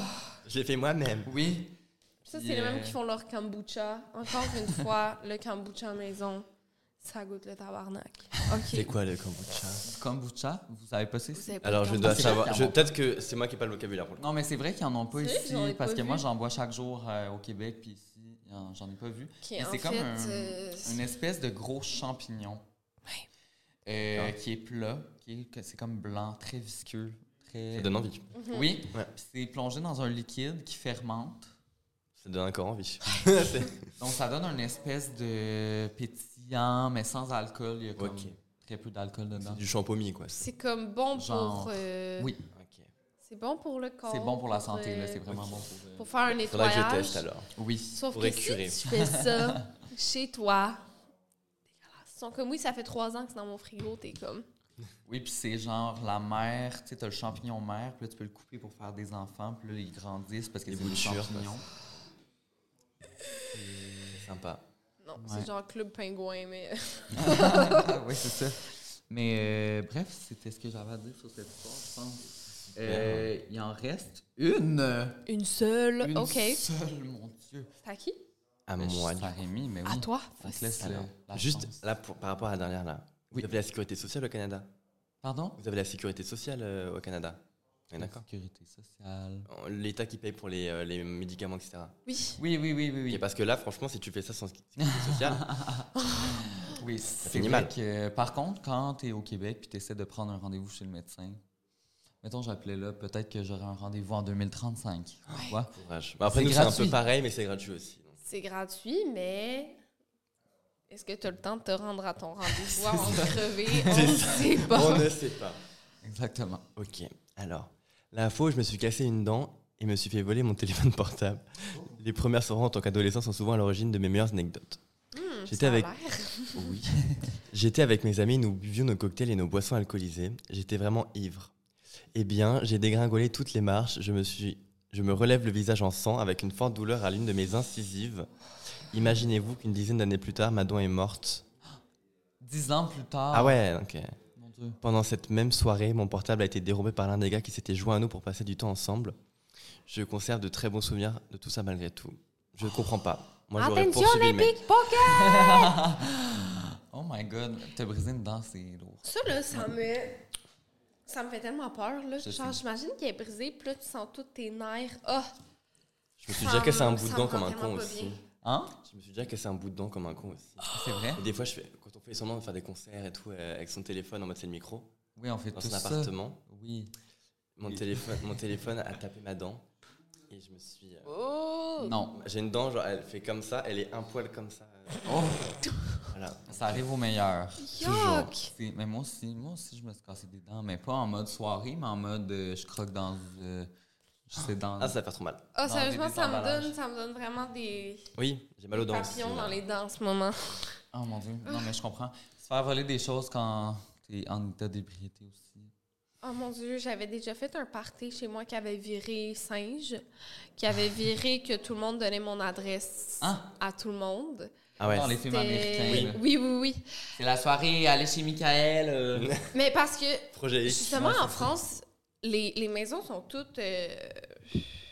[SPEAKER 3] Je l'ai fait moi-même.
[SPEAKER 1] oui.
[SPEAKER 2] Ça,
[SPEAKER 1] Puis,
[SPEAKER 2] c'est les mêmes
[SPEAKER 1] euh,
[SPEAKER 2] qui font leur kombucha. Encore
[SPEAKER 1] (laughs)
[SPEAKER 2] une fois, le kombucha maison, ça goûte le tabarnak. OK.
[SPEAKER 3] C'est quoi le kombucha
[SPEAKER 1] Kombucha, vous savez pas c'est
[SPEAKER 2] Vous savez pas
[SPEAKER 3] Alors,
[SPEAKER 2] de
[SPEAKER 3] je
[SPEAKER 2] kombucha.
[SPEAKER 3] dois
[SPEAKER 1] C'est
[SPEAKER 3] savoir.
[SPEAKER 1] clairement.
[SPEAKER 3] je- Peut-être que c'est moi qui n'ai pas le vocabulaire pour le coup.
[SPEAKER 1] Non, mais c'est vrai qu'ils en ont pas
[SPEAKER 2] C'est vrai que
[SPEAKER 1] ici.
[SPEAKER 2] j'en ai
[SPEAKER 1] parce
[SPEAKER 2] pas
[SPEAKER 1] que
[SPEAKER 2] vu.
[SPEAKER 1] moi, j'en bois chaque jour euh, au Québec, puis ici, y en- j'en ai pas vu.
[SPEAKER 2] Ok,
[SPEAKER 1] Mais
[SPEAKER 2] en
[SPEAKER 1] c'est comme
[SPEAKER 2] fait,
[SPEAKER 1] un-
[SPEAKER 2] euh,
[SPEAKER 1] une espèce de gros champignon
[SPEAKER 3] Ah.
[SPEAKER 1] euh, qui est plat, qui est- que c'est comme blanc, très visqueux. Très...
[SPEAKER 3] Ça donne envie.
[SPEAKER 2] Mhm.
[SPEAKER 1] Oui,
[SPEAKER 3] Ouais.
[SPEAKER 1] puis c'est plongé dans un liquide qui fermente.
[SPEAKER 3] Ça donne encore envie. C'est-
[SPEAKER 1] Donc, ça donne une espèce de pétillant, mais sans alcool. Il y a comme
[SPEAKER 3] Ok.
[SPEAKER 1] très peu d'alcool dedans.
[SPEAKER 3] c'est du champomis, quoi.
[SPEAKER 2] c'est comme bon
[SPEAKER 1] Genre,
[SPEAKER 2] pour... euh,
[SPEAKER 1] Oui,
[SPEAKER 3] Ok.
[SPEAKER 2] C'est bon pour le corps.
[SPEAKER 1] c'est bon pour la santé, là,
[SPEAKER 2] euh,
[SPEAKER 1] c'est vraiment bon pour... euh,
[SPEAKER 2] Pour faire un
[SPEAKER 3] Faudra
[SPEAKER 2] nettoyage.
[SPEAKER 3] que je teste alors.
[SPEAKER 1] Oui.
[SPEAKER 2] Sauf
[SPEAKER 3] Pour
[SPEAKER 2] que
[SPEAKER 3] écurer.
[SPEAKER 2] si tu
[SPEAKER 1] (laughs)
[SPEAKER 2] fais ça chez toi, dégueulasse. Ils sont comme, oui, ça fait trois ans que c'est dans mon frigo, t'es comme...
[SPEAKER 1] Oui, puis c'est genre la mère, tu sais, t'as le champignon mère, puis là, tu peux le couper pour faire des enfants, puis là, ils grandissent parce que
[SPEAKER 3] Des
[SPEAKER 1] c'est des
[SPEAKER 3] boutures,
[SPEAKER 1] champignons.
[SPEAKER 3] Sympa.
[SPEAKER 2] Non,
[SPEAKER 1] Ouais.
[SPEAKER 2] c'est genre Club Pingouin, mais...
[SPEAKER 1] ah, (laughs) oui, c'est ça. Mais euh, bref, c'était ce que j'avais à dire sur cette histoire, je pense. Euh, il en reste une.
[SPEAKER 2] (laughs) Une seule,
[SPEAKER 1] Une
[SPEAKER 2] OK. C'est
[SPEAKER 1] seule, mon Dieu.
[SPEAKER 2] à qui?
[SPEAKER 3] À
[SPEAKER 1] Ben,
[SPEAKER 3] moi,
[SPEAKER 1] je-
[SPEAKER 3] du
[SPEAKER 1] à Rémi, mais oui.
[SPEAKER 2] À toi.
[SPEAKER 1] On te laisse
[SPEAKER 3] Alors,
[SPEAKER 1] le- la
[SPEAKER 3] juste
[SPEAKER 1] chance.
[SPEAKER 3] là, pour- par rapport à la dernière, là. Vous avez la sécurité sociale au Canada.
[SPEAKER 1] Pardon?
[SPEAKER 3] Vous avez la sécurité sociale euh, au Canada. On est
[SPEAKER 1] La
[SPEAKER 3] D'accord.
[SPEAKER 1] Sécurité sociale.
[SPEAKER 3] L'État qui paye pour les, euh, les médicaments, etc.
[SPEAKER 2] Oui.
[SPEAKER 1] Oui, oui, oui, oui.
[SPEAKER 3] Et
[SPEAKER 1] Oui,
[SPEAKER 3] parce que là, franchement, si tu fais ça sans sécurité sociale,
[SPEAKER 1] oui
[SPEAKER 3] fait
[SPEAKER 1] c'est
[SPEAKER 3] ni
[SPEAKER 1] vrai
[SPEAKER 3] mal.
[SPEAKER 1] que, par contre, quand tu es au Québec puis tu essaies de prendre un rendez-vous chez le médecin, mettons, j'appelais là, peut-être que j'aurai un rendez-vous en 2035. Tu vois?
[SPEAKER 3] courage. Bon, après,
[SPEAKER 1] C'est
[SPEAKER 3] nous, c'est un
[SPEAKER 1] gratuit.
[SPEAKER 3] peu pareil, mais c'est gratuit aussi. donc.
[SPEAKER 2] C'est gratuit, mais est-ce que tu as le temps de te rendre à
[SPEAKER 1] (laughs)
[SPEAKER 2] ton rendez-vous en crever? On ne sait
[SPEAKER 3] On
[SPEAKER 2] pas.
[SPEAKER 3] ne sait pas.
[SPEAKER 1] Exactement.
[SPEAKER 3] Ok, alors. La fois où je me suis cassé une dent et me suis fait voler mon (laughs) téléphone portable. Les premières soirées en tant qu'adolescent sont souvent à l'origine de mes meilleures anecdotes. J'étais
[SPEAKER 2] Ça a
[SPEAKER 3] avec
[SPEAKER 2] l'air.
[SPEAKER 3] Oui. J'étais avec mes amis, nous buvions nos cocktails et nos boissons alcoolisées. J'étais vraiment ivre. Eh bien, j'ai dégringolé toutes les marches. Je me suis, je me relève le visage en sang avec une forte douleur à l'une de mes incisives. Imaginez-vous qu'une dizaine d'années plus tard, ma dent est morte.
[SPEAKER 1] Dix ans plus tard.
[SPEAKER 3] Ah ouais, ok.
[SPEAKER 1] Mon Dieu.
[SPEAKER 3] Pendant cette même soirée, mon portable a été dérobé par l'un des gars qui s'était joint à nous pour passer du temps ensemble. Je conserve de très bons souvenirs de tout ça malgré tout. Je ne comprends pas. Moi, j'aurais
[SPEAKER 2] Attention
[SPEAKER 3] poursuivi
[SPEAKER 2] les
[SPEAKER 3] le mec.
[SPEAKER 2] pickpockets!
[SPEAKER 1] Oh my god, t'as brisé une dent, c'est lourd.
[SPEAKER 2] Ça, là, ça me... Ça me fait tellement peur, là.
[SPEAKER 1] Je
[SPEAKER 2] Genre,
[SPEAKER 1] sais.
[SPEAKER 2] j'imagine qu'il est brisé, puis là, tu sens tous tes nerfs. Ah!
[SPEAKER 3] Je me suis déjà cassé un bout de
[SPEAKER 2] ça
[SPEAKER 3] dent
[SPEAKER 2] me
[SPEAKER 3] comme
[SPEAKER 2] rend
[SPEAKER 3] un con
[SPEAKER 2] tellement pas
[SPEAKER 3] aussi.
[SPEAKER 2] bien.
[SPEAKER 1] Hein?
[SPEAKER 3] Je me suis déjà cassé un bout de dent comme un con aussi.
[SPEAKER 1] C'est vrai?
[SPEAKER 3] Et des fois, je fais, quand on fait semblant de faire des concerts et tout, euh, avec son téléphone en mode c'est le micro,
[SPEAKER 1] Oui, on fait
[SPEAKER 3] dans
[SPEAKER 1] tout
[SPEAKER 3] son
[SPEAKER 1] ça.
[SPEAKER 3] appartement,
[SPEAKER 1] Oui.
[SPEAKER 3] mon téléphone, mon téléphone a tapé ma dent. Et je me suis. euh,
[SPEAKER 1] Non.
[SPEAKER 3] J'ai une dent, genre, elle fait comme ça, elle est un poil comme ça. euh,
[SPEAKER 1] Oh,
[SPEAKER 3] Voilà.
[SPEAKER 1] ça arrive au meilleur.
[SPEAKER 2] Yuck!
[SPEAKER 1] C'est- Mais moi aussi, moi aussi, je me suis cassé des dents, mais pas en mode soirée, mais en mode euh, je croque dans. euh, je sais, dans.
[SPEAKER 3] Ah, ça va faire trop mal.
[SPEAKER 2] Ah,
[SPEAKER 1] Non,
[SPEAKER 2] sérieusement,
[SPEAKER 1] mais des
[SPEAKER 2] ça me,
[SPEAKER 1] emballages.
[SPEAKER 2] donne, ça me donne vraiment des
[SPEAKER 3] Oui, j'ai mal aux dents. aussi,
[SPEAKER 2] papillons
[SPEAKER 3] là.
[SPEAKER 2] dans les dents en ce moment. (laughs)
[SPEAKER 1] Oh mon dieu. Non, mais je comprends. Se faire voler des choses quand t'es en état d'ébriété aussi.
[SPEAKER 2] Oh mon Dieu, j'avais déjà fait un party chez moi qui avait viré singe,
[SPEAKER 1] (laughs)
[SPEAKER 2] qui avait viré que tout le monde donnait mon adresse
[SPEAKER 1] Ah.
[SPEAKER 2] à tout le monde.
[SPEAKER 3] Ah ouais.
[SPEAKER 1] Dans les films américains.
[SPEAKER 2] C'était-
[SPEAKER 1] là.
[SPEAKER 2] Oui, oui, oui.
[SPEAKER 1] C'est la soirée, aller chez Michael. euh.
[SPEAKER 2] Mais parce que,
[SPEAKER 3] (laughs) Projet X.
[SPEAKER 2] justement, en France, les, les maisons sont toutes euh,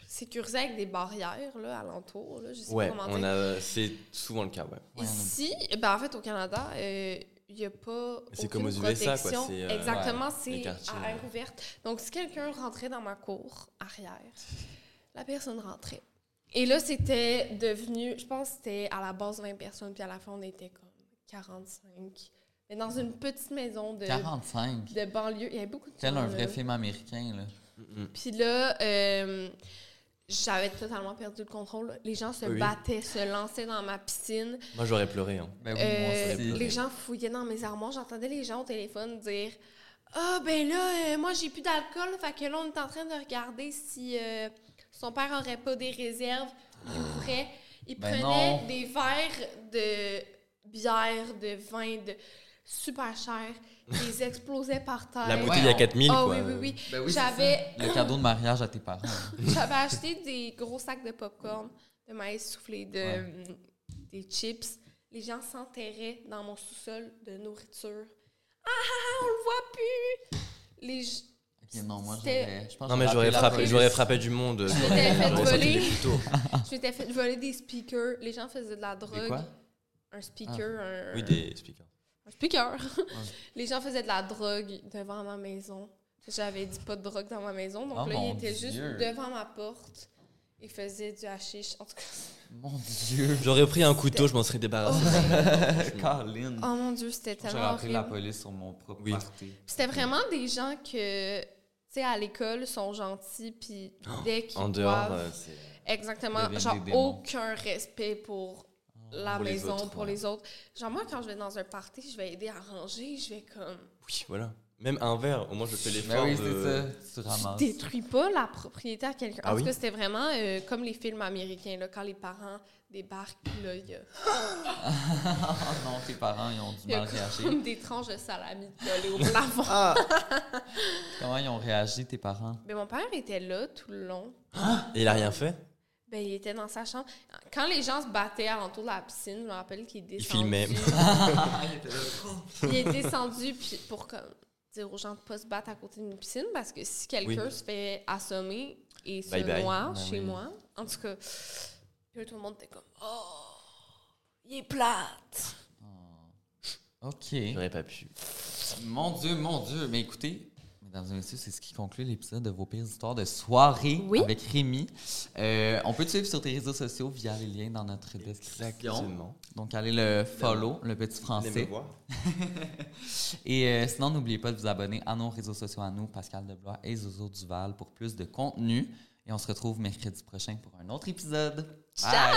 [SPEAKER 2] sécurisées avec des barrières là, alentour. Là, je sais
[SPEAKER 3] Ouais,
[SPEAKER 2] pas comment
[SPEAKER 3] on
[SPEAKER 2] dire.
[SPEAKER 3] a, euh, c'est souvent le cas, ouais.
[SPEAKER 1] Ouais, on a-
[SPEAKER 2] Ici, ben en fait, au Canada, euh, il n'y a pas.
[SPEAKER 3] C'est
[SPEAKER 2] aucune
[SPEAKER 3] comme aux USA, quoi,
[SPEAKER 2] protection.
[SPEAKER 3] c'est, euh,
[SPEAKER 2] Exactement,
[SPEAKER 3] ouais, les
[SPEAKER 2] c'est
[SPEAKER 3] quartiers, euh.
[SPEAKER 2] à air
[SPEAKER 3] ouais.
[SPEAKER 2] ouverte. Donc, si quelqu'un rentrait dans ma cour arrière, la personne rentrait. Et là, c'était devenu, je pense que c'était à la base 20 personnes, puis à la fin, on était comme 45. Mais dans une petite maison de,
[SPEAKER 1] 45.
[SPEAKER 2] de banlieue, il y avait beaucoup de
[SPEAKER 1] Tel un
[SPEAKER 2] monde,
[SPEAKER 1] vrai
[SPEAKER 2] là.
[SPEAKER 1] film américain, là.
[SPEAKER 2] Puis là, euh, j'avais totalement perdu le contrôle. Les gens se
[SPEAKER 3] Oui.
[SPEAKER 2] battaient, se lançaient dans ma piscine.
[SPEAKER 3] Moi, j'aurais pleuré. hein.
[SPEAKER 1] Mais Ben oui,
[SPEAKER 2] Euh,
[SPEAKER 1] moi aussi.
[SPEAKER 2] les gens fouillaient dans mes armoires. J'entendais les gens au téléphone dire Ah, ben là, euh, moi, j'ai plus d'alcool. Fait que là, on est en train de regarder si euh, son père aurait pas des réserves. Il
[SPEAKER 3] Ah.
[SPEAKER 2] ouvrait. Il
[SPEAKER 1] Ben
[SPEAKER 2] prenait
[SPEAKER 1] non.
[SPEAKER 2] des verres de bière, de vin, de super cher. Il les explosait par terre.
[SPEAKER 3] La bouteille à
[SPEAKER 1] Ouais.
[SPEAKER 3] 4000,
[SPEAKER 2] Ah
[SPEAKER 3] quoi.
[SPEAKER 2] oui, oui, oui.
[SPEAKER 1] Ben oui, c'est
[SPEAKER 2] J'avais
[SPEAKER 1] ça. Le cadeau de mariage à tes parents. hein.
[SPEAKER 2] j'avais acheté des gros sacs de popcorn, de maïs soufflé, de, mm,
[SPEAKER 1] Ouais.
[SPEAKER 2] des chips. Les gens s'enterraient dans mon sous-sol de nourriture. Ah, ah, ah, on le voit plus! Les, j-
[SPEAKER 1] Ok, non, moi,
[SPEAKER 2] C'était-
[SPEAKER 1] j'aurais. je pense
[SPEAKER 3] Non,
[SPEAKER 1] que
[SPEAKER 3] mais j'aurais
[SPEAKER 1] appelé la
[SPEAKER 3] frappé,
[SPEAKER 1] police.
[SPEAKER 3] j'aurais frappé du monde.
[SPEAKER 2] (laughs) je
[SPEAKER 1] (laughs)
[SPEAKER 2] m'étais fait
[SPEAKER 3] J'aurais sorti
[SPEAKER 2] voler.
[SPEAKER 3] des couteaux.
[SPEAKER 2] Je m'étais fait voler des speakers. Les gens faisaient de la drogue.
[SPEAKER 1] Des quoi? Ah.
[SPEAKER 2] Un speaker, un,
[SPEAKER 3] Oui, des speakers.
[SPEAKER 1] (laughs)
[SPEAKER 2] un speaker. Les gens faisaient de la drogue devant ma maison. J'avais dit pas de drogue dans ma maison, donc
[SPEAKER 1] Oh
[SPEAKER 2] là,
[SPEAKER 1] mon
[SPEAKER 2] ils étaient juste
[SPEAKER 1] Dieu.
[SPEAKER 2] devant ma porte. Ils faisaient du hashish. En tout cas,
[SPEAKER 1] Mon
[SPEAKER 3] (laughs)
[SPEAKER 1] Dieu.
[SPEAKER 3] J'aurais pris un couteau, je m'en serais débarrassé.
[SPEAKER 1] Caroline.
[SPEAKER 2] oh mon Dieu, c'était
[SPEAKER 1] J'aurais
[SPEAKER 2] tellement
[SPEAKER 1] appelé la
[SPEAKER 2] horrible.
[SPEAKER 1] police sur mon propre
[SPEAKER 3] Oui.
[SPEAKER 1] party.
[SPEAKER 2] C'était vraiment des gens que, tu sais, à l'école, sont gentils, puis dès qu'ils
[SPEAKER 3] Oh, En dehors,
[SPEAKER 2] boivent,
[SPEAKER 3] euh, c'est-
[SPEAKER 2] exactement,
[SPEAKER 1] deviennent
[SPEAKER 2] genre
[SPEAKER 1] des démons.
[SPEAKER 2] aucun respect pour la
[SPEAKER 3] Oh, pour les
[SPEAKER 2] maison,
[SPEAKER 3] autres,
[SPEAKER 2] pour
[SPEAKER 3] ouais.
[SPEAKER 2] les autres. Genre moi, quand je vais dans un party, je vais aider à ranger, je vais comme...
[SPEAKER 3] Oui, voilà. Même un verre, au moins je fais
[SPEAKER 1] Ben
[SPEAKER 3] l'effort
[SPEAKER 1] oui,
[SPEAKER 3] de...
[SPEAKER 1] c'est ça. Tu
[SPEAKER 2] Tu
[SPEAKER 1] ramasses.
[SPEAKER 2] détruis pas la propriété à quelqu'un.
[SPEAKER 3] Ah
[SPEAKER 2] en
[SPEAKER 3] oui?
[SPEAKER 2] tout cas, c'était vraiment euh, comme les films américains, là, quand les parents débarquent, puis là, il y a,
[SPEAKER 1] Ah non, tes parents, ils ont du
[SPEAKER 2] il y a
[SPEAKER 1] mal réagi.
[SPEAKER 2] comme (laughs) des tranches de salami collées au
[SPEAKER 3] (laughs)
[SPEAKER 2] plafond.
[SPEAKER 3] Ah!
[SPEAKER 1] Comment ils ont réagi, tes parents?
[SPEAKER 2] Mais mon père était là tout le long.
[SPEAKER 3] Et il a rien fait
[SPEAKER 2] Ben, il était dans sa chambre. Quand les gens se battaient alentour de la piscine, je me rappelle qu'il est descendu.
[SPEAKER 3] filmait.
[SPEAKER 2] (laughs) il est descendu puis pour comme, dire aux gens de ne pas se battre à côté d'une piscine parce que si quelqu'un
[SPEAKER 3] Oui.
[SPEAKER 2] se fait assommer et se
[SPEAKER 3] Bye bye.
[SPEAKER 2] noie
[SPEAKER 1] Ben
[SPEAKER 2] chez
[SPEAKER 1] oui.
[SPEAKER 2] moi, en tout cas, puis là, tout le monde était comme Oh, il est plate.
[SPEAKER 1] OK.
[SPEAKER 3] J'aurais pas pu.
[SPEAKER 1] Mon Dieu, mon Dieu. Mais écoutez, mesdames et messieurs, c'est ce qui conclut l'épisode de vos pires histoires de soirée
[SPEAKER 2] Oui.
[SPEAKER 1] avec Rémi. Euh, on peut te suivre sur tes réseaux sociaux via les liens dans notre description.
[SPEAKER 3] Exactement.
[SPEAKER 1] Donc, allez le follow, le petit français. Et euh, sinon, n'oubliez pas de vous abonner à nos réseaux sociaux à nous, Pascal Deblois et Zozo Duval, pour plus de contenu. Et on se retrouve mercredi prochain pour un autre épisode. Bye!
[SPEAKER 2] Ciao!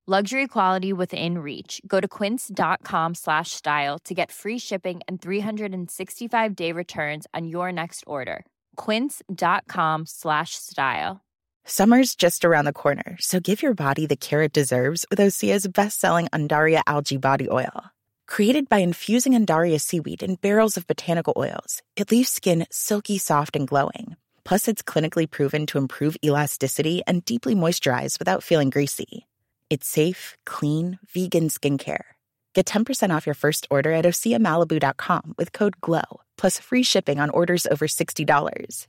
[SPEAKER 5] Luxury quality within reach. Go to quince.com slash style to get free shipping and 365 day returns on your next order. Quince.com slash style.
[SPEAKER 6] Summer's just around the corner, so give your body the care it deserves with Osea's best-selling Andaria algae body oil. Created by infusing Andaria seaweed in barrels of botanical oils, it leaves skin silky soft and glowing. Plus, it's clinically proven to improve elasticity and deeply moisturize without feeling greasy. It's safe, clean, vegan skincare. Get 10% off your first order at oseamalibu.com with code GLOW, plus free shipping on orders over $60.